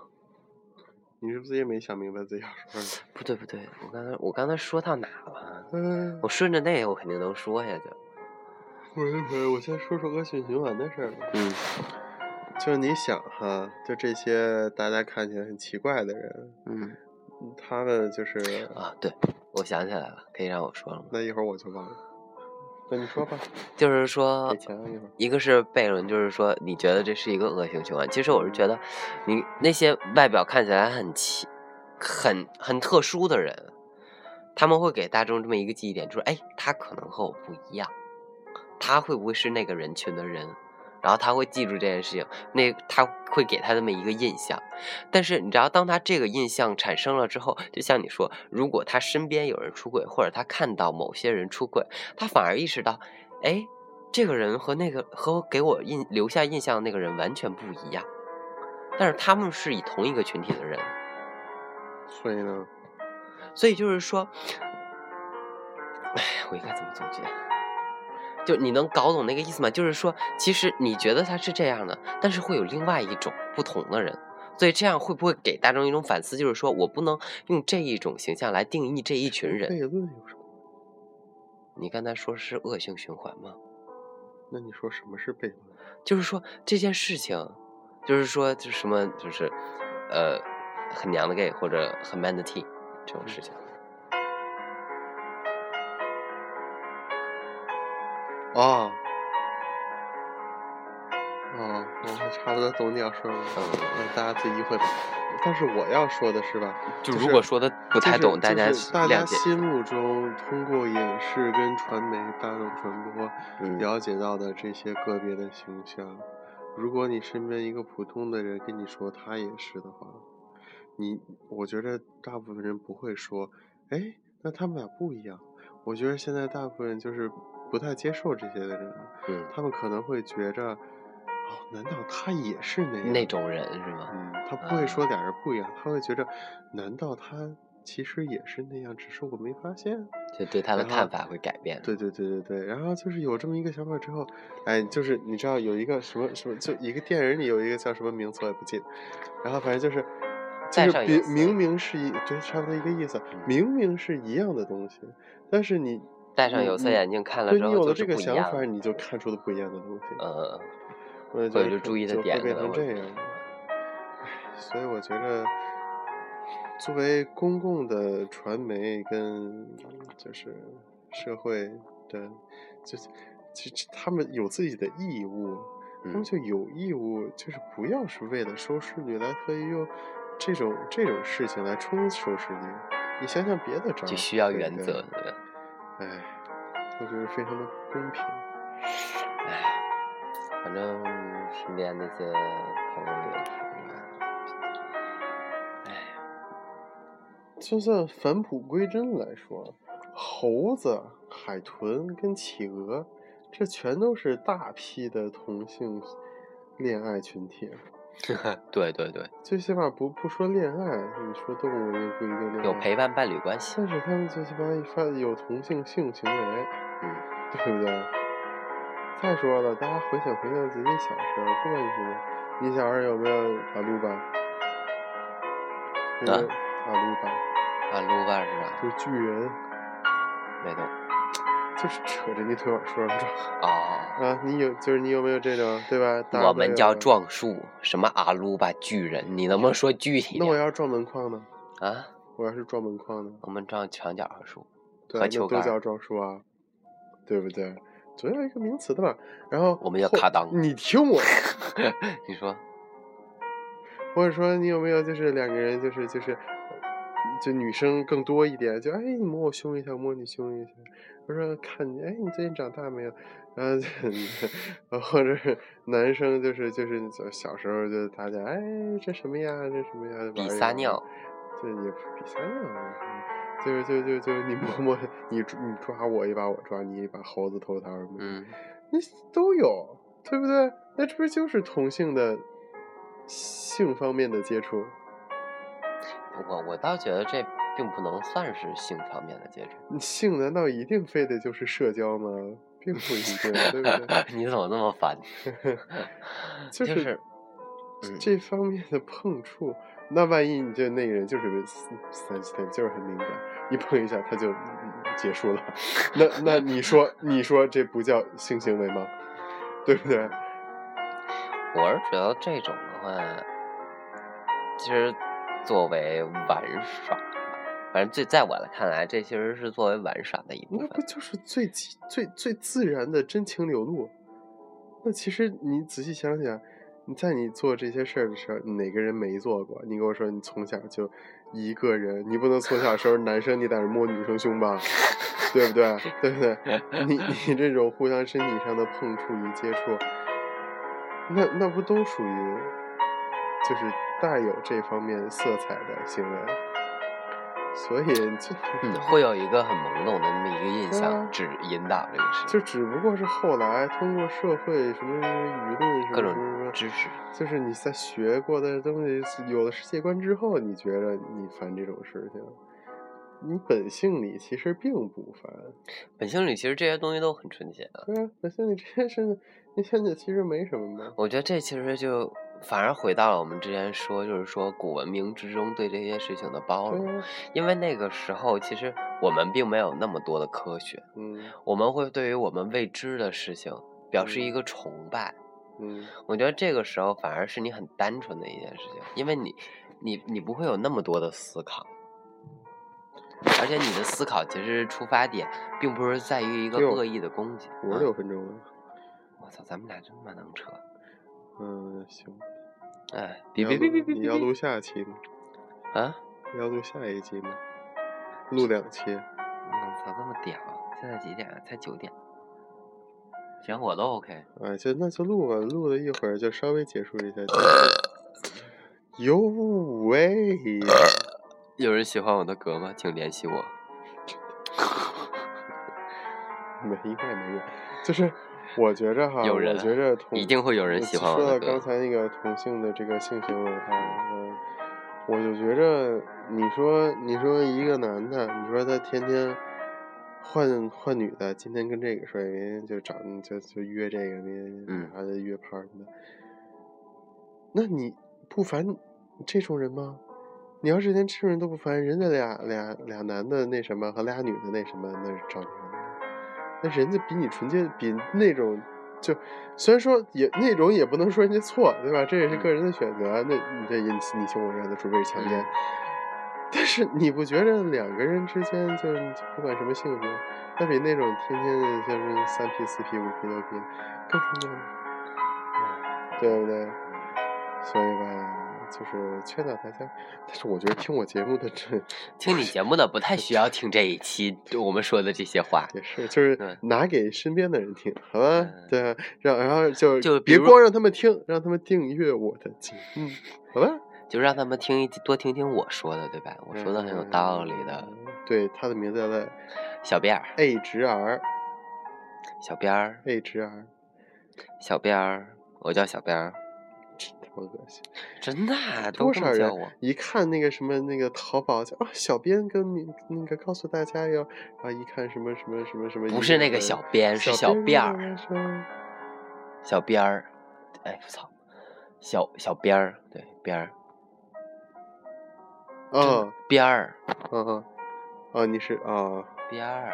Speaker 1: 你是不是也没想明白自己要说什么？
Speaker 2: 不对不对，我刚才我刚才说到哪了？
Speaker 1: <laughs> 嗯，
Speaker 2: 我顺着那个我肯定能说下去。
Speaker 1: 不是不是，我先说说恶性循环的事儿吧。
Speaker 2: 嗯
Speaker 1: 就是你想哈，就这些大家看起来很奇怪的人，
Speaker 2: 嗯
Speaker 1: 他们就是，
Speaker 2: 啊，对，我想起来了，可以让我说了吗？
Speaker 1: 那一会儿我就忘了。那你说吧，
Speaker 2: 就是说
Speaker 1: 给，钱了一会儿。
Speaker 2: 一个是悖论，就是说你觉得这是一个恶性循环。其实我是觉得，你那些外表看起来很奇、很很特殊的人，他们会给大众这么一个记忆点，就是哎，他可能和我不一样，他会不会是那个人群的人？然后他会记住这件事情，那他会给他这么一个印象。但是你知道，当他这个印象产生了之后，就像你说，如果他身边有人出轨，或者他看到某些人出轨，他反而意识到，哎，这个人和那个和给我印留下印象的那个人完全不一样。但是他们是以同一个群体的人，
Speaker 1: 所以呢，
Speaker 2: 所以就是说，哎，我应该怎么总结？就你能搞懂那个意思吗？就是说，其实你觉得他是这样的，但是会有另外一种不同的人，所以这样会不会给大众一种反思？就是说我不能用这一种形象来定义这一群人。
Speaker 1: 悖论有什么？
Speaker 2: 你刚才说是恶性循环吗？
Speaker 1: 那你说什么是悖论？
Speaker 2: 就是说这件事情，就是说就是什么就是，呃，很娘的 gay 或者很 man 的 T
Speaker 1: 嗯
Speaker 2: 这种事情。
Speaker 1: 啊啊！我差不多懂你要说什么，
Speaker 2: 嗯，
Speaker 1: 嗯，大家自己意会吧。但是我要说的是吧，
Speaker 2: 就
Speaker 1: 就是
Speaker 2: 如果说的不太
Speaker 1: 就是
Speaker 2: 懂，大家
Speaker 1: 就是大
Speaker 2: 谅
Speaker 1: 家
Speaker 2: 解。
Speaker 1: 心目中通过影视跟传媒大众传播
Speaker 2: 嗯
Speaker 1: 了解到的这些个别的形象，如果你身边一个普通的人跟你说他也是的话，你我觉得大部分人不会说，哎，那他们俩不一样。我觉得现在大部分人就是不太接受这些的人，
Speaker 2: 嗯，
Speaker 1: 他们可能会觉着，哦，难道他也是那样
Speaker 2: 那种人是吗？
Speaker 1: 嗯，他不会说
Speaker 2: 啊
Speaker 1: 俩人不一样，他会觉着，难道他其实也是那样，只是我没发现？
Speaker 2: 就对他的
Speaker 1: 然后
Speaker 2: 看法会改变。
Speaker 1: 对对对对对。然后就是有这么一个想法之后，哎，就是你知道有一个什么什么，就一个电影里有一个叫什么名字我也不记得，然后反正就是。就
Speaker 2: 在
Speaker 1: 是
Speaker 2: 上
Speaker 1: 比
Speaker 2: 有色
Speaker 1: 明明是一，就差不多一个意思，
Speaker 2: 嗯
Speaker 1: 明明是一样的东西，但是你
Speaker 2: 戴上
Speaker 1: 你
Speaker 2: 有色
Speaker 1: 你
Speaker 2: 眼镜看了
Speaker 1: 对
Speaker 2: 之
Speaker 1: 你
Speaker 2: 后
Speaker 1: 有了
Speaker 2: 就
Speaker 1: 这
Speaker 2: 是
Speaker 1: 个
Speaker 2: 不一
Speaker 1: 想
Speaker 2: 样
Speaker 1: 法，
Speaker 2: 的。
Speaker 1: 你就看出了不一样的东西。
Speaker 2: 嗯，
Speaker 1: 我也觉
Speaker 2: 或
Speaker 1: 得
Speaker 2: 者就
Speaker 1: 可
Speaker 2: 注意的
Speaker 1: 就会
Speaker 2: 点
Speaker 1: 变
Speaker 2: 可
Speaker 1: 成
Speaker 2: 能
Speaker 1: 这
Speaker 2: 会
Speaker 1: 样。所以我觉得，作为公共的传媒跟就是社会的，就是其实他们有自己的义务，他们
Speaker 2: 嗯
Speaker 1: 就有义务，就是不要是为了收视率来特意用这种这种事情来冲收视率。你想想别的招儿，
Speaker 2: 就需要
Speaker 1: 啊对不
Speaker 2: 原
Speaker 1: 对
Speaker 2: 则。对
Speaker 1: 哎，我觉得非常的不公平。
Speaker 2: 唉，反正身边那些朋友也是，
Speaker 1: 就算返璞归真来说，猴子、海豚跟企鹅，这全都是大批的同性恋爱群体。
Speaker 2: 对对对，
Speaker 1: 最起码不不说恋爱，你说动物也不一定恋爱
Speaker 2: 有陪，伴伴侣
Speaker 1: <laughs>
Speaker 2: 关系。
Speaker 1: 但是他们最起码一发有同性性行为，
Speaker 2: 嗯，
Speaker 1: 对不对？再说了，大家回想回想自己小时候，不管你什么，你小时候有没有打撸吧？那个打撸吧，
Speaker 2: 啊，撸吧是啥？
Speaker 1: 就是巨人。
Speaker 2: 没懂。
Speaker 1: 就是扯着你腿往树上撞
Speaker 2: 哦，
Speaker 1: 啊！你有就是你有没有这种对吧？大家
Speaker 2: 我
Speaker 1: 都
Speaker 2: 们
Speaker 1: 有
Speaker 2: 叫
Speaker 1: 吧。
Speaker 2: 撞树，什么阿鲁巴巨人，你能不能说具体
Speaker 1: 那我
Speaker 2: 点
Speaker 1: 要是撞门框呢？
Speaker 2: 啊？
Speaker 1: 我要是撞门框呢？
Speaker 2: 我们撞墙角和树， <laughs>
Speaker 1: 对，
Speaker 2: 和
Speaker 1: 那
Speaker 2: 球
Speaker 1: 都
Speaker 2: 杆儿
Speaker 1: 叫撞树啊，对不对？总有一个名词的吧。然后
Speaker 2: 我们叫
Speaker 1: 或
Speaker 2: 卡裆
Speaker 1: 你听我，
Speaker 2: 你说
Speaker 1: 或者说你有没有就是两个人就是就是就女生更多一点，就哎你摸我胸一下，我摸你胸一下，我说看你，哎你最近长大没有？然后就或者是男生就是就是小小时候就大家哎这什么呀这什么呀，
Speaker 2: 比
Speaker 1: 玩一
Speaker 2: 撒
Speaker 1: 玩
Speaker 2: 尿，
Speaker 1: 这也不是比撒尿啊。就是就就就你摸摸你你抓我一把我抓你一把猴子头套什么的，
Speaker 2: 嗯，
Speaker 1: 那都有，对不对？那这不就是同性的性方面的接触？
Speaker 2: 我我倒觉得这并不能算是性方面的接触。
Speaker 1: 你性难道一定非得就是社交吗？并不一定，对不对？
Speaker 2: <laughs> 你怎么那么烦？
Speaker 1: 嗯 <laughs> 就、
Speaker 2: <laughs> 就是是嗯
Speaker 1: 这方面的碰触。那万一你这那个人就是个 sensitive，就是很敏感，一碰一下他就嗯结束了。 <laughs> 那那你说你说这不叫性行为吗？对不对？
Speaker 2: 我是觉得这种的话，其实作为玩耍吧，反正最在我看来，这其实是作为玩耍的一部
Speaker 1: 那
Speaker 2: 分。
Speaker 1: 不就是最基最最自然的真情流露？那其实你仔细想想，你在你做这些事儿的时候，哪个人没做过？你跟我说你从小就一个人，你不能从小时候男生你在那儿摸女生胸吧，对不对？对不对？你你这种互相身体上的碰触与接触，那那不都属于就是带有这方面色彩的行为？所以 <laughs> 这
Speaker 2: 嗯，会有一个很懵懂的那么一个印
Speaker 1: 对啊
Speaker 2: 象，只引导这个事
Speaker 1: 就
Speaker 2: 情，
Speaker 1: 只不过是后来通过社会什么什么舆论什么什
Speaker 2: 各种
Speaker 1: 么什么，
Speaker 2: 知识。
Speaker 1: 就是你在学过的东西是有了世界观之后，你觉得你烦这种事情，你本性里其实并不烦。
Speaker 2: 本性里其实这些东西都很纯洁的，
Speaker 1: 对啊，本性里这些事情，你想想其实没什么嘛。
Speaker 2: 我觉得这其实就反而回到了我们之前说，就是说古文明之中对这些事情的包
Speaker 1: 对
Speaker 2: 容，
Speaker 1: 啊，
Speaker 2: 因为那个时候其实我们并没有那么多的科学，
Speaker 1: 嗯
Speaker 2: 我们会对于我们未知的事情表示一个崇拜。
Speaker 1: 嗯，
Speaker 2: 我觉得这个时候反而是你很单纯的一件事情，因为你，你你不会有那么多的思考，而且你的思考其实出发点并不是在于一个
Speaker 1: 哟
Speaker 2: 恶意的攻击。
Speaker 1: 五十
Speaker 2: 嗯
Speaker 1: 六分钟了，
Speaker 2: 我操，咱们俩真妈能扯！
Speaker 1: 嗯行。
Speaker 2: 哎，
Speaker 1: 你
Speaker 2: 别
Speaker 1: 要
Speaker 2: 别别别
Speaker 1: 录
Speaker 2: 别
Speaker 1: 你要
Speaker 2: 别
Speaker 1: 录下一期吗？
Speaker 2: 啊！
Speaker 1: 你要录下一期吗？录两期，
Speaker 2: 我操，这么屌！现在几点啊？才九点。行，我都 OK。
Speaker 1: 哎，就那就录吧，录了一会儿就稍微结束一下。
Speaker 2: <laughs>
Speaker 1: 哟 <laughs> 喂，
Speaker 2: 有人喜欢我的歌吗？请联系我。
Speaker 1: 没应该没有，就是我觉着哈，
Speaker 2: 有
Speaker 1: 我
Speaker 2: 人
Speaker 1: 觉着同
Speaker 2: 一定会有人
Speaker 1: 我
Speaker 2: 喜欢
Speaker 1: 说
Speaker 2: 我
Speaker 1: 到
Speaker 2: 的
Speaker 1: 刚
Speaker 2: 歌。
Speaker 1: 才那个同性的这个性行为哈，嗯，我就觉着你说你说一个男的，你说他天天换换女的，今天跟这个睡，明天就找你就就约这个，明天
Speaker 2: 嗯
Speaker 1: 还得约炮什么的，那你不烦这种人吗？你要是连这种人都不烦，人家俩俩俩男的那什么和俩女的那什么，那是找你干嘛？那人家比你纯洁，比那种就虽然说也那种也不能说人家错，对吧？这也是个人的选择。那你这你你情我愿的，除非是强奸
Speaker 2: 嗯。
Speaker 1: 但是你不觉着两个人之间就是不管什么性别，那比那种天天的就是三 P 四 P 五 P 六 P 更重要吗？
Speaker 2: 嗯
Speaker 1: 对不对？所以吧，就是劝导大家。但是我觉得听我节目的这
Speaker 2: 听你节目的不太需要听这一期我们说的这些话，
Speaker 1: 也是，就是
Speaker 2: 对
Speaker 1: 拿给身边的人听，好吧？
Speaker 2: 嗯
Speaker 1: 对啊，让然后就
Speaker 2: 就比
Speaker 1: 别
Speaker 2: 如
Speaker 1: 光让他们听，让他们订阅我的节目，好吧？
Speaker 2: 就让他们听一多听听我说的，对吧？我说的很有道理的。
Speaker 1: 嗯。对，他的名字叫做
Speaker 2: 小辫儿，
Speaker 1: A 直 R
Speaker 2: 小辫儿，
Speaker 1: A 直 R，
Speaker 2: 小辫儿，我叫小辫儿，
Speaker 1: 好恶心！
Speaker 2: 真的啊都
Speaker 1: 多
Speaker 2: 这
Speaker 1: 少
Speaker 2: 么
Speaker 1: 人
Speaker 2: 叫我。
Speaker 1: 一看那个什么那个淘宝就啊，小编跟你那个告诉大家哟，啊，一看什么什么什么什么，
Speaker 2: 不是那个小编，是小辫儿，
Speaker 1: 儿，说
Speaker 2: 小辫儿。哎，我操，小小边儿，对边儿，
Speaker 1: 啊
Speaker 2: 边儿，
Speaker 1: 啊啊啊！你是啊，
Speaker 2: 边儿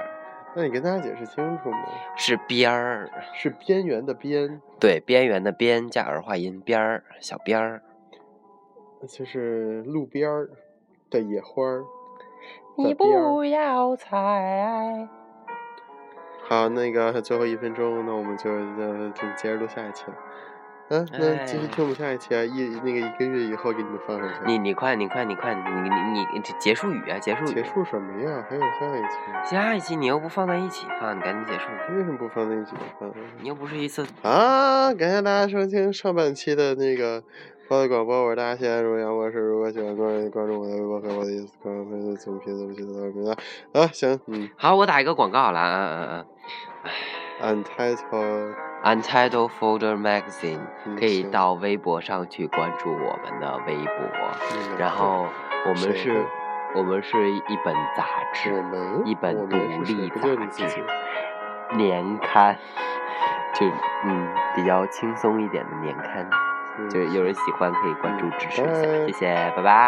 Speaker 1: 那你跟大家解释清楚嘛，
Speaker 2: 是边儿，
Speaker 1: 是边缘的边。
Speaker 2: 对边缘的边加儿化音，边儿小边儿。
Speaker 1: 就是路边儿的野花儿。
Speaker 2: 你不要猜。
Speaker 1: 好，那个最后一分钟，那我们就呃就接着录下一期了。啊，那继续
Speaker 2: 哎
Speaker 1: 听我们下一期啊，一那个一个月以后给你们放上去啊。
Speaker 2: 你你快你快你快你你你这结束语啊结束语
Speaker 1: 结束什么呀？还有下一期，
Speaker 2: 下一期你又不放在一起放，你赶紧结束吧。
Speaker 1: 为什么不放在一起放？
Speaker 2: 你又不是一次
Speaker 1: 啊，感谢大家收听上半期的那个包子广播，我是大家现在如杨博士。如果喜欢关注关注我的微博和我的官方微博，怎么拼怎么拼怎么拼啊？行，嗯
Speaker 2: 好，我打一个广告了，嗯嗯
Speaker 1: ，untitled
Speaker 2: 嗯，Untitled Folder Magazine
Speaker 1: 嗯
Speaker 2: 可以
Speaker 1: 行
Speaker 2: 到微博上去关注我们的微博，
Speaker 1: 嗯。
Speaker 2: 然后我
Speaker 1: 谁
Speaker 2: 们是
Speaker 1: 会，
Speaker 2: 我们是一本杂
Speaker 1: 我
Speaker 2: 志，
Speaker 1: 们
Speaker 2: 一本
Speaker 1: 我
Speaker 2: 独
Speaker 1: 们是谁
Speaker 2: 立
Speaker 1: 不就是
Speaker 2: 杂
Speaker 1: 你自己
Speaker 2: 志，年刊，就嗯比较轻松一点的年刊，
Speaker 1: 嗯
Speaker 2: 就是有人喜欢可以关注支持一下，
Speaker 1: 拜
Speaker 2: 谢谢，拜拜。